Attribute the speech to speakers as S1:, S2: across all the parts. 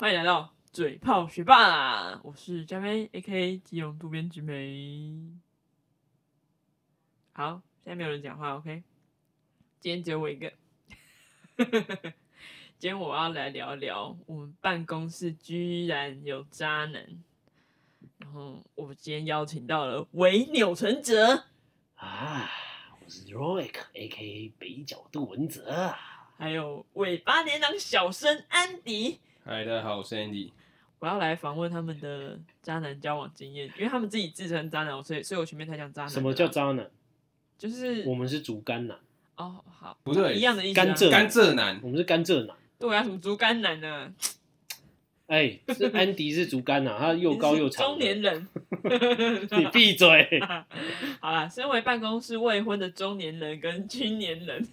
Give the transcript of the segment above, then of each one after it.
S1: 欢迎来到嘴炮学霸，我是佳飞，A.K. 基隆渡边直美。好，现在没有人讲话，OK？今天只有我一个。 今天我要来聊一聊，我们办公室居然有渣男。然后我今天邀请到了伪钮承泽，
S2: 啊，我是 Roic，A.K.A 北角杜文泽。啊
S1: 还有尾巴连长小生安迪。
S3: 嗨，大家好，我是 Andy。
S1: 我要来访问他们的渣男交往经验，因为他们自己自称渣男，所以所以我前面才讲渣男。
S2: 什么叫？渣男？
S1: 就是
S2: 我们是竹竿男，
S1: 哦，好，
S3: 不对
S1: 一样的意思、啊。
S2: 甘蔗
S3: 甘蔗男
S2: 我们是甘蔗男。
S1: 对啊，什么竹竿男呢？
S2: 哎、是安迪是竹竿男，他又高又长。
S1: 中年，人。
S2: 你闭嘴，
S1: 好啦，身为办公室未婚的中年人跟青年人，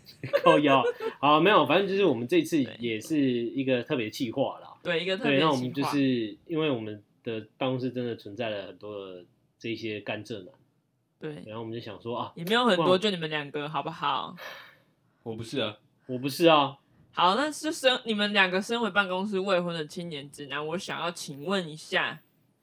S2: 靠腰。好，没有，反正就是我们这次也是一个特别企划啦。
S1: 对一个特别
S2: 对，
S1: 企
S2: 那
S1: 划
S2: 我们就是因为我们的办公室真的存在了很多的这一些甘蔗男，
S1: 对，
S2: 然后我们就想说啊，
S1: 也没有很多，
S2: 哇
S1: 就你们两个好不好？
S3: 我不是啊，
S2: 我不是啊，
S1: 好，那是身你们两个身为办公室未婚的青年直男，我想要请问一下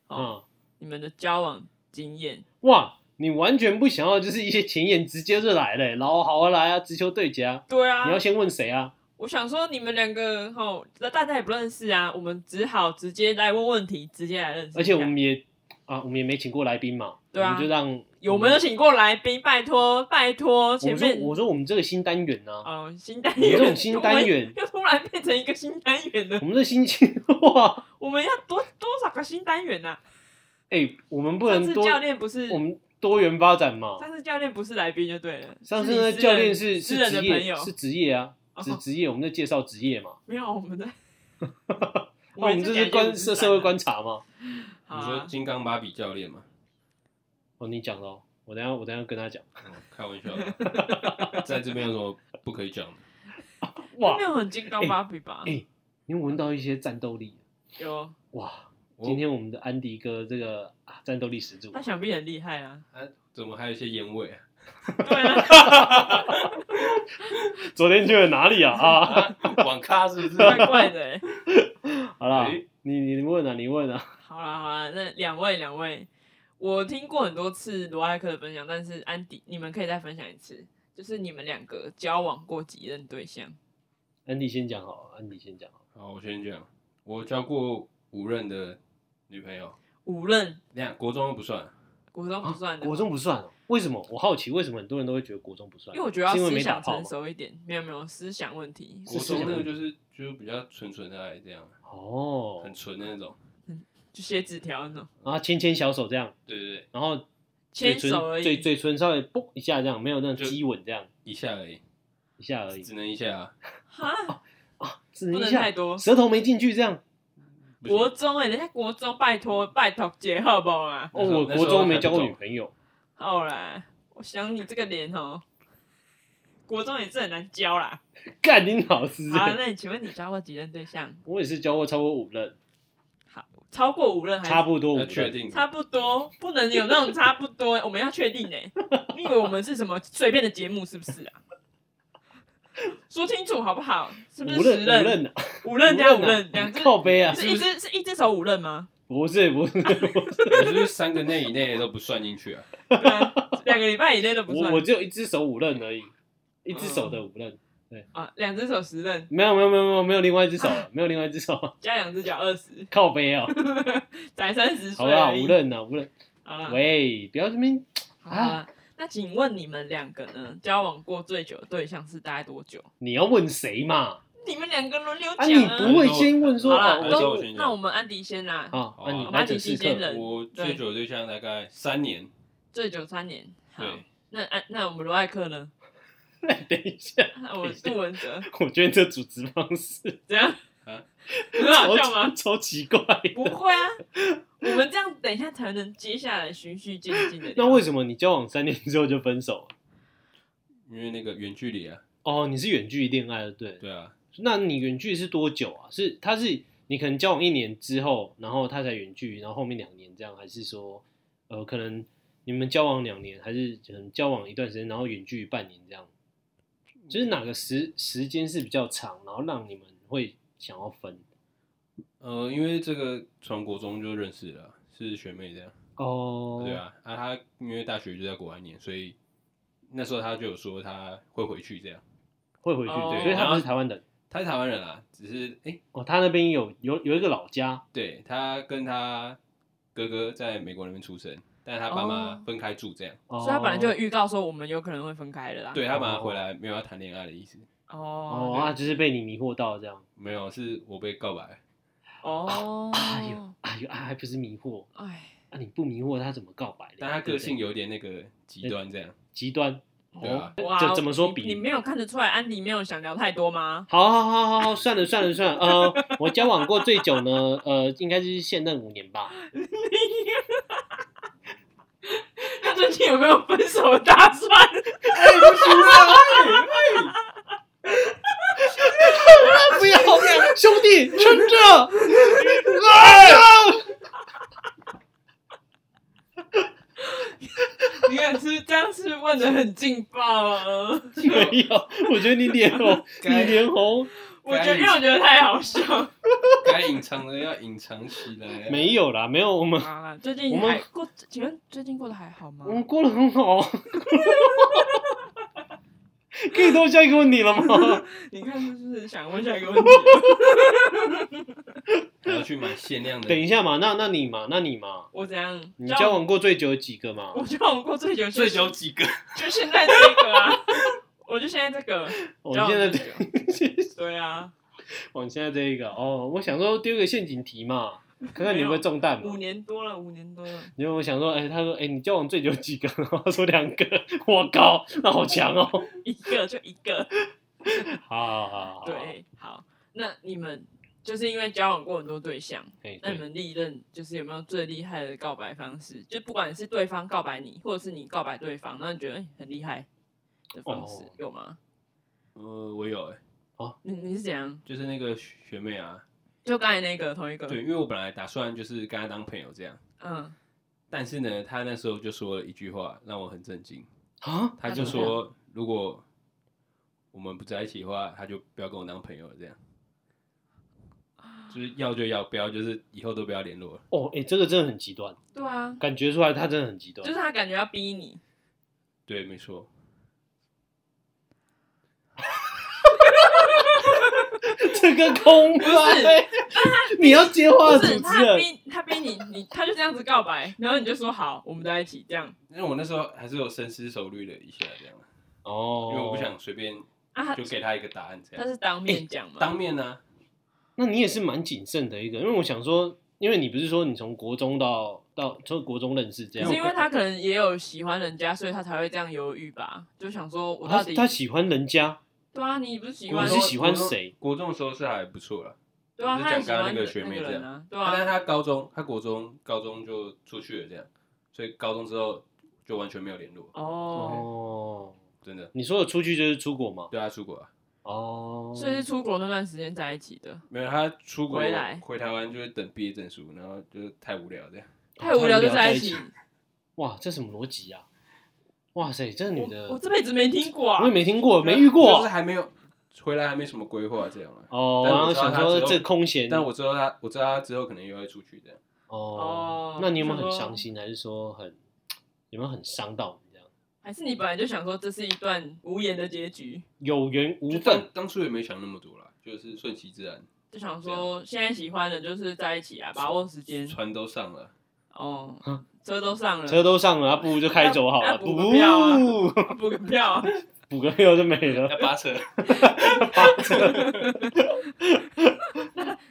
S2: 啊、
S1: 哦你们的交往经验。
S2: 哇，你完全不想要，就是一些前言直接就来了、老好啊来啊，直球对决啊。
S1: 对啊，
S2: 你要先问谁啊？
S1: 我想说，你们两个吼，那大家也不认识啊，我们只好直接来问问题，直接来认识一下。
S2: 而且我们也啊，我们也没请过来宾嘛，
S1: 对啊
S2: 我们就让
S1: 有没有请过来宾？拜托，拜托，
S2: 我
S1: 前
S2: 们说
S1: 面
S2: 我说我们这个新单元呢、啊，
S1: 哦，新单
S2: 我们
S1: 元，，
S2: 这种新单元
S1: 又突然变成一个新单元了。
S2: 我们这新计划，
S1: 我们要多多少个新单元呐、
S2: 哎、我们
S1: 啊？
S2: 不
S1: 上
S2: 能
S1: 次
S2: 多，
S1: 教练不是，
S2: 我们多元发展嘛。
S1: 上次教练不是来宾就对了。
S2: 上次
S1: 是
S2: 呢，
S1: 你私人
S2: 教练是
S1: 私
S2: 是
S1: 人的
S2: 职
S1: 朋
S2: 业
S1: 友，
S2: 是职业啊，职
S1: 哦
S2: 职业，我们在介绍职业嘛。
S1: 没有我们 的。
S2: 那我们哦这是观
S1: 啊
S2: 社社会观察嘛。
S1: 好
S3: 你说
S1: 啊，
S3: 金刚芭比教练嘛？
S2: 哦，你讲喽，我等一下我等一下跟他讲。
S3: 哦开玩笑的，在这边有什么不可以讲的？
S2: 哇
S1: 没，有很金刚芭比吧？
S2: 哎你有闻到一些战斗力，
S1: 有，
S2: 哇！
S3: 我
S2: 今天我们的安迪哥这个啊，战斗力十足
S1: 他，想必很厉害啊。
S3: 啊，怎么还有一些烟味啊？
S1: 对啊。
S2: 昨天去了哪里 啊？啊，
S3: 网咖是不是？
S1: 怪怪的、欸。
S2: 好啦
S1: 哎
S3: 诶，
S2: 你你问啊，你问啊，
S1: 好啦好啦，那两位两位，我听过很多次罗艾克的分享，但是安迪，你们可以再分享一次，就是你们两个交往过几任对象？
S2: 安迪先讲好了，安迪先讲好了。
S3: 好，我先讲，我交过五任的女朋友，
S1: 五任，
S3: 两国中不算，
S1: 国中不算的、
S2: 国中，不算哦，为什么？我好奇，为什么很多人都会觉得国中不算？
S1: 因为我觉得要
S2: 是因为
S1: 思
S2: 没打
S1: 想
S2: 炮
S1: 成
S2: 嘛。
S1: 熟一点，没有没有思想问题，
S3: 国
S2: 是
S3: 中那
S2: 是
S3: 个就是就是比较纯纯的爱，这样
S2: 哦
S3: 很，纯的那种。
S1: 就写纸条那种，
S2: 然后牵牵小手这样，
S3: 对对对，
S2: 然后嘴
S1: 牵
S2: 唇
S1: 手而已。
S2: 嘴嘴唇稍微啵一下这样，没有那种
S3: 就
S2: 激吻这样
S3: 一下而已，
S2: 一下而已，
S3: 只能一下啊。
S1: 哈，
S2: 啊，只
S1: 不
S2: 能
S1: 能
S2: 一
S1: 太
S2: 下，
S1: 多。
S2: 舌头没进去这样。
S3: 不行
S1: 国中哎、人家国中拜托拜托姐好不好啊？
S2: 哦，
S3: 那时候
S2: 我
S3: 那时候
S2: 国中没交过
S3: 还不
S2: 女
S3: 懂
S2: 朋友，
S1: 好啦，我想你这个脸哦，国中也是很难教啦。
S2: 干你老师欸！
S1: 好，啊那你请问你交过几任对象？
S2: 我也是交过超过五任，
S1: 超过五任还是
S2: 差不多五
S3: 要确
S2: 任。
S3: 定
S1: 差不多？不能有那种差不多， 我们要确定呢、欸 你以为我们是什么随便的节目是不是啊？说清楚好不好？是不是
S2: 五任
S1: 十
S2: 五
S1: 任？
S2: 任啊，
S1: 五任加五
S2: 五任
S1: 任
S2: 啊，
S1: 两只
S2: 靠背啊，
S1: 是一只是一只手五任吗？
S2: 不是不是，
S3: 我就是三个内以内的都不算进去啊。
S1: 对 啊，两个礼拜以内 都不
S2: 我
S1: 算嗯
S2: 我只有一只手五任而已，一只手的五任，
S1: 啊，两只手十任
S2: 没有没有没有没有没有另外一只手了，没有另外一只手，
S1: 加两只脚二十，
S2: 靠背哦，
S1: 才三十
S2: 好
S1: 岁
S2: 不好？
S1: 而已
S2: 五。任啊呢，五任，
S1: 好啦
S2: 喂，啊不要这边
S1: 好啦，那请问你们两个呢？交往过最久的对象是大概多久？
S2: 你要问谁嘛？
S1: 你们两个轮流
S2: 啊，
S1: 讲
S2: 你
S1: 啊。
S2: 不会先问说
S1: 好
S2: 啊，
S1: 啦，
S3: 还
S2: 我
S3: 是
S1: 都
S3: 我先讲
S1: 那我们安迪先啦，
S2: 啊，那你
S3: 好啊
S2: 来者是
S1: 那你先
S2: 客，
S1: 忍
S3: 我最久的对象大概三年，
S1: 醉酒三年。好，
S3: 对，
S1: 那安那我们罗艾克呢？
S2: 等一下，
S1: 那我杜文泽
S2: 我觉得这组织方式
S1: 怎样
S3: 啊？
S1: 很 好笑
S2: 超
S1: 吗？
S2: 超奇怪的。
S1: 不会啊，我们这样等一下才能接下来循序渐进的。
S2: 那为什么你交往三年之后就分手？
S3: 因为那个远距离啊，
S2: 哦，你是远距离恋爱的，对。
S3: 对啊，
S2: 那你远距离是多久啊？是他是你可能交往一年之后，然后他才远距离，然后后面两年这样，还是说呃可能你们交往两年，还是可能交往一段时间，然后远距离半年这样？就是哪个时时间是比较长，然后让你们会想要分？
S3: 呃，因为这个从国中就认识了啊，是学妹这样。
S2: 哦，
S3: 对，啊，啊，他因为大学就在国外念，所以那时候他就有说他会回去这样。
S2: 会回去，
S1: 哦
S2: 对，所以他不是台湾人，
S3: 他是台湾人啊，只是哎、
S2: 哦，他那边有有有一个老家，
S3: 对他跟他哥哥在美国那边出生，但他爸妈
S1: 哦
S3: 分开住这样。
S2: 哦、
S1: 所以他本来就有预告说我们有可能会分开的啦。
S3: 对他爸妈
S2: 哦
S3: 回来没有要谈恋爱的意思，
S2: 哦，
S1: 哦
S2: 啊，只是被你迷惑到这样，
S3: 没有，是我被告白。
S1: 哦，
S2: 哎呦哎呦啊，还不是迷惑，
S1: 哎，
S2: 啊，你不迷惑他怎么告白嘞？
S3: 但他个性
S2: 有
S3: 有点那个极端 这样，
S2: 极端，
S3: 对啊，
S1: 哦哇，
S2: 这怎么说
S1: 你
S2: 比
S1: 你没有看得出来安迪没有想聊太多 吗？
S2: 好，好，好，好，好，算了，算了，算了。 呃，我交往过最久呢，呃，应该是现任五年吧。
S1: 他最近有没有分手打算？
S2: 不要，兄弟，撑着！啊！
S1: 你看是这样是问的很劲爆啊！
S2: 没有，我觉得你脸红，你
S3: 该
S2: 脸红，
S1: 我觉得因为我觉得太好笑
S3: 该隐藏的要隐藏起来、啊。
S2: 没有啦，没有，我们
S1: 啊！最近
S2: 我们
S1: 还过，请问最近过得还好吗
S2: 我？们过得很好。 可以到下一个问题了吗？
S1: 你看是不是想问下一个问题？
S3: 我要去买限量的。
S2: 等一下嘛，那那你嘛，那你嘛，
S1: 我怎样？
S2: 你交？往过最久有几个嘛？
S1: 我交往过最久就是
S3: 最久几个？
S1: 就现在这个啊！我就现在这个，
S2: 我
S1: 交往
S2: 哦现在
S1: 最
S2: 这，
S1: 久对啊，
S2: 我现在这一个哦，我想说丢个陷阱题嘛，看看你会不会中弹嘛。
S1: 五年多了，五年多了。
S2: 因为我想说，哎、他说，哎、你交往最久几个？ 然后他说两个，我靠，那好强哦！
S1: 一个就一个。
S2: 好好好啊好，
S1: 对，好，那你们就是因为交往过很多对象，
S2: 哎，
S1: 那你
S2: 对，
S1: 们历任就是有没有最厉害的告白方式？就不管是对方告白你，或者是你告白对方，那你觉得、哎很厉害的方式、
S2: 哦
S1: 有吗？
S3: 呃，我有哎、
S1: 你你是怎样？
S3: 就是那个学妹啊，
S1: 就刚才那个同一个，
S3: 对，因为我本来打算就是跟她当朋友这样，
S1: 嗯，
S3: 但是呢，她那时候就说了一句话让我很震惊，
S2: 啊，
S3: 她就说如果我们不在一起的话，她就不要跟我当朋友了这样，
S2: 啊
S3: 就是要就要，不要就是以后都不要联络了。
S2: 哦，哎、这个真的很极端，
S1: 对啊，
S2: 感觉出来他真的很极
S3: 啊
S2: 端。
S1: 就是他感觉要逼你，
S3: 对，没错，
S2: 这个空白，你要接
S3: 哦
S1: 不
S2: 话主
S1: 是
S2: 持
S1: 他
S2: 人，
S1: 逼他逼你，你他就这样子告白，然后你就说好，我们在一起这样
S3: 因为我那时候还是有深思熟虑了一下这样，
S2: 哦
S3: 因为我不想随便
S1: 啊，他
S3: 就给她一个答案这
S1: 他
S3: 样，
S1: 是当面讲嘛，
S3: 当面啊呢、
S2: 那你也是蛮谨慎的一个，因为我想说，因为你不是说你从国中到到从国中认识
S1: 可
S2: 这样
S1: 是，因为他可能也有喜欢人家，所以他才会这样犹豫吧？就想说
S3: 哦
S1: 我
S2: 他
S1: 到底
S2: 他喜欢人家，
S1: 对啊，你不是喜
S2: 我
S1: 欢
S2: 你是喜欢谁
S3: 国中的时候是还不错了，
S1: 对啊，
S3: 我是
S1: 他也
S3: 讲
S1: 喜
S3: 刚刚
S1: 欢
S3: 那个学妹
S1: 那
S3: 这
S1: 人
S3: 样。
S1: 啊，对
S3: 但是
S1: 啊，
S3: 他高中，他国中、高中就出去了这样，所以高中之后就完全没有联络，
S1: 哦，
S2: 哦，
S3: 真的。
S2: 你说的出去就是出国吗？
S3: 对他出国啊，
S2: 哦，
S1: 所以是出国那段时间在一起的，
S3: 没有他出国
S1: 回来
S3: 回台湾就是等毕业证书，然后就太无聊这样。
S1: 太无聊就在
S2: 一
S1: 一
S2: 起
S1: 起。
S2: 哇，这什么逻辑啊？哇塞，这女的
S1: 我我这辈子没听过啊
S2: 我也，没听过，没遇过
S3: 就是还没有回来，还没什么规划这样啊。
S2: 哦。
S3: 但
S2: 然
S3: 我
S2: 后
S3: 知道
S2: 想
S3: 她
S2: 说
S3: 之后
S2: 这空闲，
S3: 但我知道他，我知道他之后可能又会出去这样。
S2: 哦
S1: 哦，
S2: 那你有没有很
S1: 想说
S2: 伤心，还是说很有没有很伤到你这样？
S1: 还是你本来就想说这是一段无言的结局，
S2: 有缘无
S3: 就
S2: 分
S3: 当当初也没想那么多啦，就是顺其自然，
S1: 就想
S2: 啊
S1: 说现在喜欢的就是在一起啊，把握时间
S3: 船都 上了，
S1: 哦
S2: 啊，
S1: 车都上了，
S2: 车都上了，啊不如就开走好
S1: 那那
S2: 了，
S1: 补个票啊
S2: 不
S1: 补个票啊，
S2: 补个票就没了。
S3: 要扒车。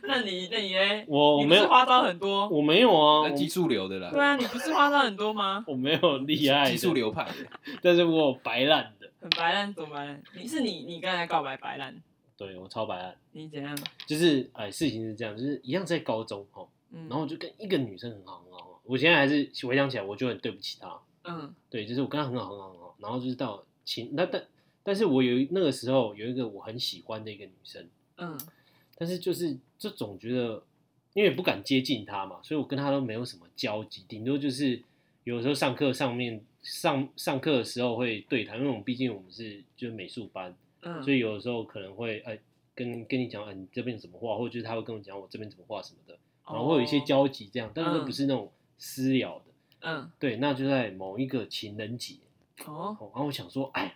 S1: 那你那你嘞？
S2: 我我
S1: 你不
S2: 没
S1: 是
S2: 有，
S1: 花招很多，
S2: 我没有啊，
S3: 那技
S2: 我
S3: 术流的
S1: 对
S3: 啦，
S1: 啊，你不是花招很多吗？
S2: 我没有厉害的
S3: 技术，流派的，
S2: 但是我有白烂的，
S1: 很白烂，怎么白烂？你是你，你刚才告白白烂，
S2: 对我超白烂。
S1: 你怎样？
S2: 就是哎，事情是这样，就是一样在高中哦，
S1: 嗯，
S2: 然后我就跟一个女生很好很好很好，我现在还是回想起来，我就很对不起她。
S1: 嗯
S2: 对，就是我跟她很好很好很好，然后就是到情那但但是我有一那个时候有一个我很喜欢的一个女生，
S1: 嗯
S2: 但是就是就总觉得因为不敢接近她嘛，所以我跟她都没有什么交集，顶多就是有时候上课上面上上课的时候会对谈，因为我们毕竟我们是就是美术班，
S1: 嗯，
S2: 所以有的时候可能会哎、跟跟你讲，啊，你这边怎么画，或者就是他会跟我讲我这边怎么画什么的，然
S1: 哦
S2: 后会有一些，交集这样，但是
S1: 嗯
S2: 都不是那种私聊的。
S1: 嗯，
S2: 对，那就在某一个情人节，
S1: 哦，
S2: 哦，然后我想说，哎，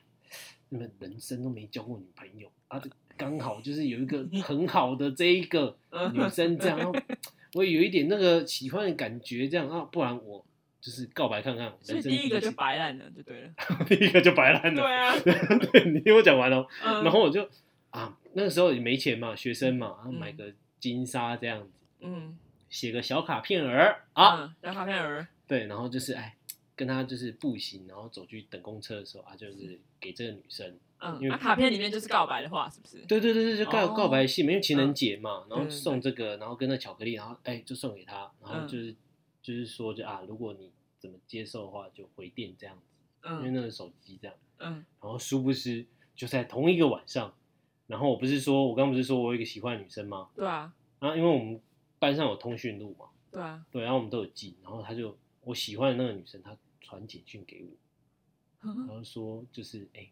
S2: 你们人生都没交过女朋友啊，这刚好就是有一 个很好的这一个
S1: 嗯
S2: 女生这样，然后 我有一点那个喜欢的感觉这样啊，不然我就是告白看看。
S1: 所以
S2: 人生
S1: 第一个就
S2: 次
S1: 白烂了，就对了。
S2: 第一个就 白烂
S1: 对
S2: 了。
S1: 啊，
S2: 对，你听我讲完了，
S1: 嗯
S2: 然后我就啊，那个时候也没钱嘛，学生嘛，啊
S1: 嗯
S2: 买个金沙这样子，
S1: 嗯
S2: 写个小卡片儿啊，，
S1: 嗯让卡片儿，
S2: 对，然后就是哎，跟他就是步行，然后走去等公车的时候啊，就是给这个女生，
S1: 嗯，
S2: 因为
S1: 那卡片里面就是告白的话，是不是？
S2: 对对对对，就告、
S1: 哦
S2: 告白信嘛，因为情人节嘛，然
S1: 对
S2: 后
S1: 对
S2: 送这个，然后跟那巧克力，然后哎就送给他，然后
S1: 嗯
S2: 就是、就是说就啊，如果你怎么接受的话，就回电这样子，因为
S1: 嗯
S2: 那个手机这样，
S1: 嗯
S2: 然后殊不知就在同一个晚上，然后我不是说我刚不是说我有一个喜欢的女生吗？
S1: 对啊，
S2: 然后因为我们班上有通讯录嘛，
S1: 对啊，
S2: 对，然后我们都有记，然后他就我喜欢的那个女生，她传简讯给我。然后说就是哎、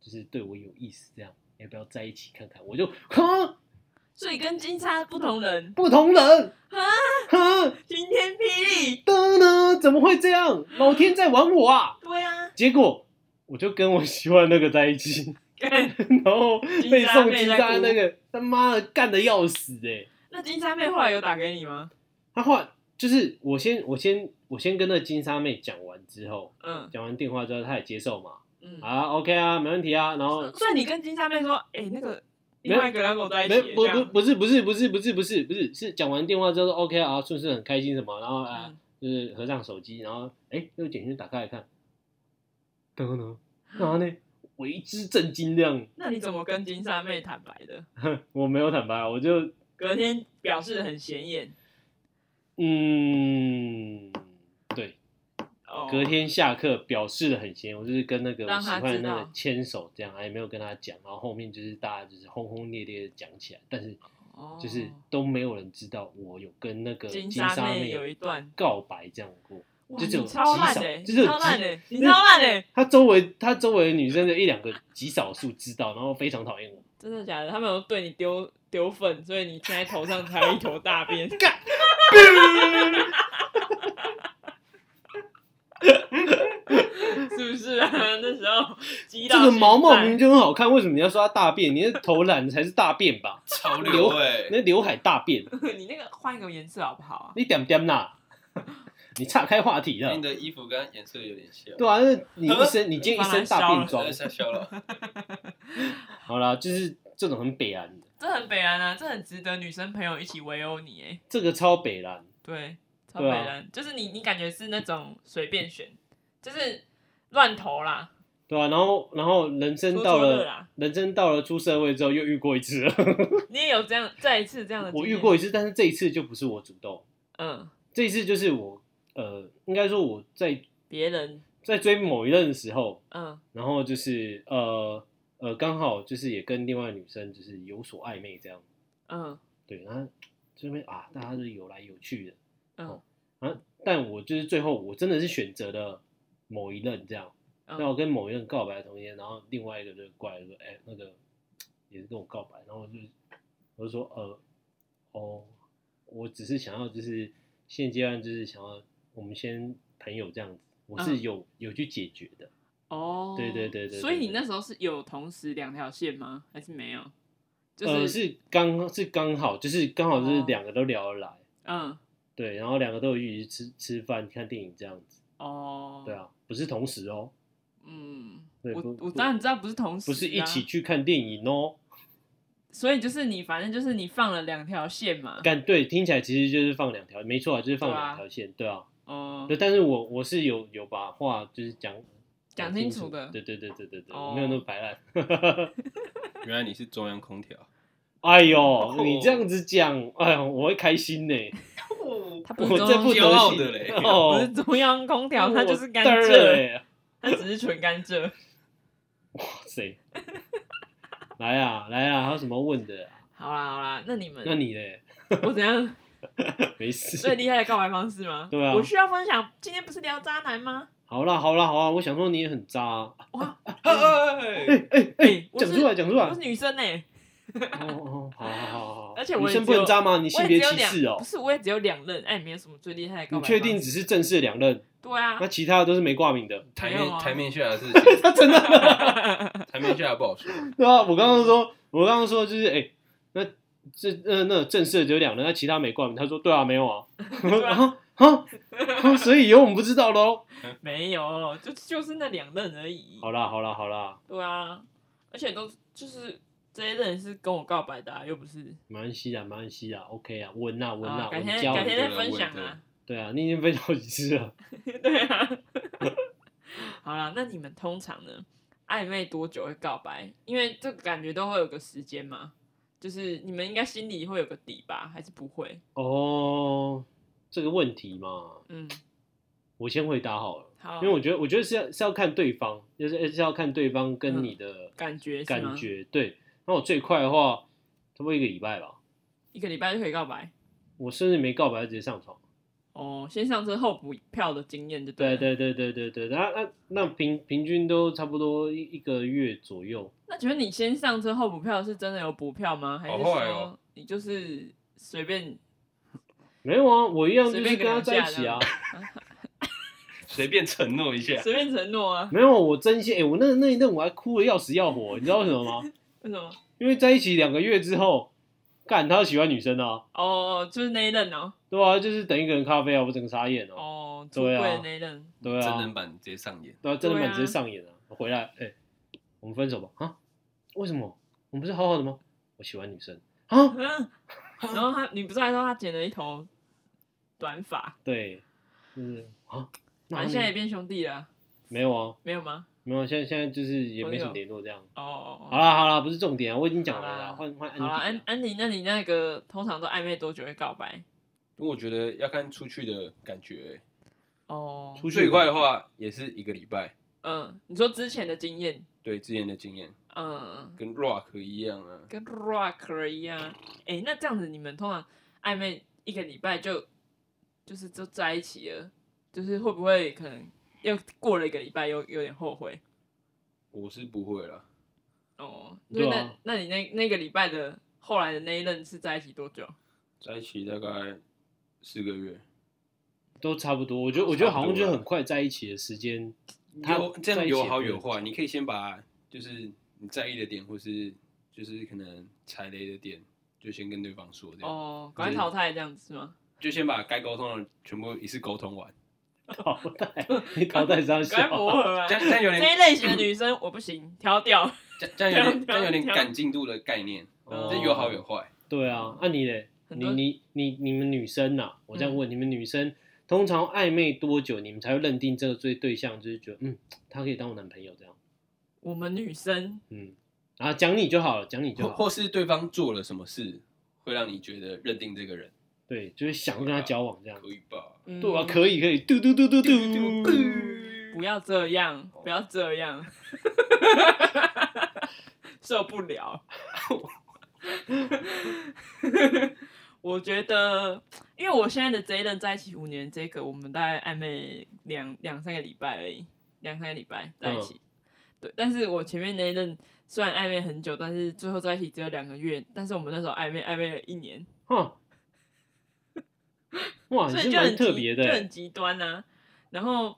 S2: 就是对我有意思，这样要不要在一起看看？我就哈
S1: 所以跟金叉不同人，
S2: 不同人
S1: 啊
S2: 哈
S1: 晴天霹雳，
S2: 的呢，怎么会这样？老天在玩我啊！
S1: 对 啊，
S2: 结果我就跟我喜欢的那个在一起，
S1: 干
S2: 然后被送
S1: 金渣妹
S2: 鸡
S1: 在
S2: 渣
S1: 哭
S2: 那个他妈的干的要死哎、
S1: 那金叉妹后来有打给你吗？
S2: 他后来就是我先我先我先跟那金沙妹讲完之后，
S1: 嗯
S2: 讲完电话之后，她也接受嘛，
S1: 嗯，
S2: 啊 OK 啊，没问题啊，然后
S1: 所以你跟金叉妹说，哎，那个
S2: 没有
S1: 另外一个人跟我在一
S2: 没
S1: 起，
S2: 不
S1: 这
S2: 不
S1: 样，
S2: 不是不是不是不是不是不是是讲完电话之后说 OK 啊，顺顺很开心什么，然后啊、
S1: 嗯
S2: 就是合上手机，然后哎那个简讯打开来看，然 后呢，然后呢为之震惊这样，
S1: 那你怎么跟金叉妹坦白的？
S2: 我没有坦白，啊我就
S1: 隔天表示很显眼，
S2: 嗯对，
S1: 哦，
S2: 隔天下课表示的很闲，我就是跟那个我
S1: 让
S2: 喜
S1: 他
S2: 欢的
S1: 知
S2: 那
S1: 道
S2: 个牵手这样，哎没有跟他讲，然后后面就是大家就是轰轰烈烈的讲起来，但是
S1: 哦
S2: 就是都没有人知道我有跟那个
S1: 金
S2: 金
S1: 沙
S2: 沙
S1: 妹
S2: 妹
S1: 有一段
S2: 告白这样过。
S1: 哇
S2: 就只有
S1: 你超
S2: 极
S1: 烂
S2: 少
S1: 的，
S2: 就
S1: 你
S2: 只有
S1: 超
S2: 极
S1: 烂的，你
S2: 就
S1: 超烂的，
S2: 他周围他周围的女生的一两个极少数知道，然后非常讨厌我。
S1: 真的假的？他们有对你丢丢粉，所以你现在头上才有一坨大便。是不是啊？那时候激
S2: 这
S1: 到
S2: 个
S1: 现
S2: 毛毛
S1: 在
S2: 明明就很好看，为什么你要说他大便？你的头染才是大便 吧？
S3: 潮流哎、
S2: 你的刘海大便，
S1: 你那个换一个颜色好不好啊？
S2: 你点点啦！你岔开话题
S3: 欸，
S2: 了
S3: 你。的衣服跟它颜色有点像。
S2: 对啊，那你
S1: 呃
S2: 一身你今天一身大便
S3: 我
S2: 装
S3: 在，下消了，
S2: 好啦，就是这种很北蓝的，
S1: 这很北蓝啊，这很值得女生朋友一起围殴你哎。
S2: 这个超北蓝。
S1: 对，超北
S2: 对啊
S1: 蓝，就是你你感觉是那种随便选，就是乱投啦，
S2: 对啊，然后然后人生
S1: 戳
S2: 到
S1: 戳乐
S2: 了
S1: 啦。
S2: 人生到了出社会之后又遇过一次了，
S1: 你也有这样再一次这样 的？
S2: 我遇过，一次，但是这一次就不是我主动，
S1: 嗯，
S2: 这一次就是我呃，应该说我在
S1: 别人，
S2: 在追某一任的时候，
S1: 嗯
S2: 然后就是呃呃，刚好就是也跟另外女生就是有所暧昧这样，
S1: 嗯
S2: 对，然后这边啊，大家就是有来有去的，
S1: 嗯
S2: 哦啊，但我就是最后我真的是选择了某一任这样，
S1: 嗯
S2: 那我跟某一任告白的同一天，然后另外一个就过来说，哎、那个也是跟我告白，然后我就我就说呃，哦，我只是想要就是现阶段就是想要我们先朋友这样子，我是
S1: 嗯
S2: 有、有去解决的。
S1: 哦，
S2: 对对对对对
S1: 所以你那时候是有同时两条线吗？还是没有？就
S2: 呃，是刚是刚好，就是刚好就是
S1: 哦
S2: 两个都聊得来，呃
S1: 嗯
S2: 对，然后两个都有一起去吃吃饭、看电影这样子，
S1: 哦，
S2: 对，啊，不是同时哦，
S1: 嗯，
S2: 对
S1: 我
S2: 不
S1: 我
S2: 不
S1: 当然知道不是同时、啊嗯
S2: 不是一起，去看电影哦，
S1: 所以就是你反正就是你放了两条线嘛，
S2: 干对，听起来其实就是放两条，没错啊，就是放
S1: 对啊
S2: 两条线，对啊，
S1: 哦
S2: 对，但是我我是有有把话就是讲
S1: 讲清
S2: 清
S1: 楚的
S2: 对对对对对对，
S1: 哦
S2: 我没有那么白烂，
S3: 原来你是中央空调。
S2: 哎
S1: 哦
S2: 呦，你这样子讲，哎呦，我会开心呢，
S1: 它不
S2: 我
S1: 是中
S2: 这不
S3: 骄傲
S2: 得
S3: 的
S2: 行
S3: 嘞
S1: 不
S2: 哦
S1: 是，中央空调，它就是甘
S2: 我嘚儿
S1: 蔗，
S2: 嘞
S1: 它只是纯甘蔗。
S2: 谁？来啊，来啊，还有什么问的啊、
S1: 好啦好啦，那你们
S2: 那你嘞？
S1: 我怎样
S2: 没事。
S1: 最厉害的告白方式吗？
S2: 对啊
S1: 我需要分享。今天不是聊渣男吗？
S2: 好啦，好啦，好啦，我想说你也很渣、啊。
S1: 哇，
S3: 嘿
S2: 哎哎
S1: 哎
S2: 哎，
S1: 我
S2: 讲
S1: 是
S2: 出来，讲出
S1: 我
S2: 来
S1: 是。女生呢、欸
S2: 哦哦，好好好好。
S1: 而且
S2: 女
S1: 我也
S2: 生
S1: 只
S2: 不能
S1: 有
S2: 渣吗？你
S1: 我
S2: 性
S1: 也
S2: 别
S1: 只有
S2: 歧
S1: 两
S2: 视哦
S1: 不？是，我也只有两任，哎，没有什么最厉害的告
S2: 你
S1: 白
S2: 确
S1: 方
S2: 定
S1: 式
S2: 只是正式两任，
S1: 对 啊
S2: 那，其他的都是没挂名的？
S3: 台
S1: 没有
S3: 面
S1: 啊
S3: 台面下的事情，
S2: 真的？
S3: 台面下的不好说。
S2: 对啊，我刚刚说，我刚刚说就是，哎、那这那那正式的只有两人，那其他没冠名。他说，对啊，没 有啊。然后啊啊，所以以后我们不知道喽。
S1: 没有，就就是那两任而已。
S2: 好啦，好啦，好啦，
S1: 对啊，而且都就是这一任是跟我告白的、啊，又不是
S2: 没关系啊，没关系啊，OK 啊，稳啊，稳
S1: 啊
S2: 啊，
S1: 改
S2: 稳
S1: 天
S2: 交
S1: 改
S2: 稳。
S1: 天再
S3: 对
S1: 分
S3: 稳
S1: 享
S3: 对
S1: 啊。
S2: 对啊，你已经分享几次了？
S1: 对啊，好啦，那你们通常呢暧昧多久会告白？因为这个感觉都会有个时间嘛，就是你们应该心里会有个底吧，还是不会？
S2: 哦，这个问题嘛，
S1: 嗯，我
S2: 我先回答好了，
S1: 好，
S2: 因为我觉得，我觉得是要是要看对方，就是是要看对方跟你的
S1: 嗯感觉是吗
S2: 感觉。对，那我最快的话，差不多一个礼拜吧。
S1: 一个礼拜就可以告白
S2: 我甚至没告白就直接上床。
S1: 哦，先上车后补票的经验就
S2: 对
S1: 了。
S2: 对对对对对，那那那平平均都差不多一一个月左右。
S1: 那请问你先上车后补票是真的有补票吗？还是
S3: 好坏哦
S1: 说你就是随便
S2: 没有啊，我一样就
S1: 随
S2: 是
S1: 便
S2: 跟他
S1: 给
S2: 在一
S1: 两下
S2: 起 啊。
S3: 随便承诺一下，
S1: 随便承诺啊？
S2: 没有，我真心哎、我那那一阵我还哭的要死要活，你知道为什么吗？
S1: 为什么？
S2: 因为在一起两个月之后，干他喜欢女生啊，
S1: 哦，就是那一任哦，
S2: 对啊，就是等一个人咖啡啊，我整个傻眼哦、
S1: 哦，出
S2: 对
S1: 柜
S2: 啊
S1: 的那一任，
S2: 对
S3: 真人
S2: 啊，
S3: 版直接上演。
S2: 对啊，真人
S1: 对
S2: 版
S1: 啊
S2: 直接上演啊。我回来哎、我们分手吧啊？为什么？我们不是好好的吗？我喜欢女生啊？
S1: 嗯然后他，你不是还说他剪了一头短发，
S2: 对，就是啊，那
S1: 反正现在也变兄弟了，
S2: 没有啊，
S1: 没有吗？
S2: 没有，现在现在就是也没什么联络这样。
S1: 哦哦
S2: 好
S1: 哦，
S2: 啦好啦，不是重点啊，我已经讲完了啦，
S1: 好
S2: 换换
S1: 好了，
S2: 安
S1: 安
S2: 迪啊。
S1: 安妮，那你那个通常都暧昧多久会告白？
S3: 因为我觉得要看出去的感觉、欸
S1: 哦，
S2: 出去
S3: 最快的话也是一个礼拜。
S1: 嗯，你说之前的经验，
S3: 对之前的经验，
S1: 嗯，
S3: 跟 Rock 一样啊，
S1: 跟 rock 一样，哎，那这样子你们通常暧昧一个礼拜就就是就在一起了，就是会不会可能又过了一个礼拜又有点后悔？
S3: 我是不会啦。
S1: 哦，所
S2: 对
S1: 以
S2: 啊
S1: 那、那你那那个礼拜的后来的那一任是在一起多久？
S3: 在一起大概四个月，
S2: 都差不多，我觉得我觉得好像就很快在一起的时间，他
S3: 有这
S2: 在
S3: 样
S2: 一起也
S3: 有好
S2: 不
S3: 有
S2: 能
S3: 坏，你可以先把就是你在意的点，或是就是可能踩雷的点，就先跟对方说，这样、
S1: 哦，赶快淘汰这样子是吗？
S3: 就先把该沟通的全部一次沟通完，
S2: 淘汰，你淘汰上
S1: 赶快磨
S2: 小，
S1: 合啊！
S3: 这样这样有
S1: 这
S3: 点
S1: 一类型的女生我不行，挑掉。
S3: 这样这样有
S1: 这
S3: 点这
S1: 样
S3: 样有点
S1: 这样
S3: 赶进度的概念，
S1: 哦
S3: 这有好有坏。
S2: 对啊，那你嘞，
S1: 很
S2: 你
S1: 多嗯
S2: 你你你们女生呐，我这样问你们女生，通常暧昧多久你们才会认定这个对对象，就是觉得嗯，他可以当我男朋友这样，
S1: 我们女生
S2: 嗯，啊，讲你就好了，讲你就
S3: 或
S2: 好，
S3: 或是对方做了什么事，会让你觉得认定这个人
S2: 对，就是想跟他交往这样，
S3: 可以吧？
S1: 嗯
S2: 对啊，可以可以，嘟嘟嘟嘟嘟，
S1: 不要这样，不要这样，受不了。我觉得，因为我现在的这一任在一起五年，这个我们大概暧昧两两三个礼拜而已，两三个礼拜在一起。对，但是我前面那一任虽然暧昧很久，但是最后在一起只有两个月，但是我们那时候暧昧暧昧了一年，
S2: 哼， 哇，哦你
S1: 所以
S2: 是
S1: 就
S2: 蛮
S1: 很
S2: 特
S1: 极
S2: 别的
S1: 就
S2: 欸
S1: 很，极端呐、然后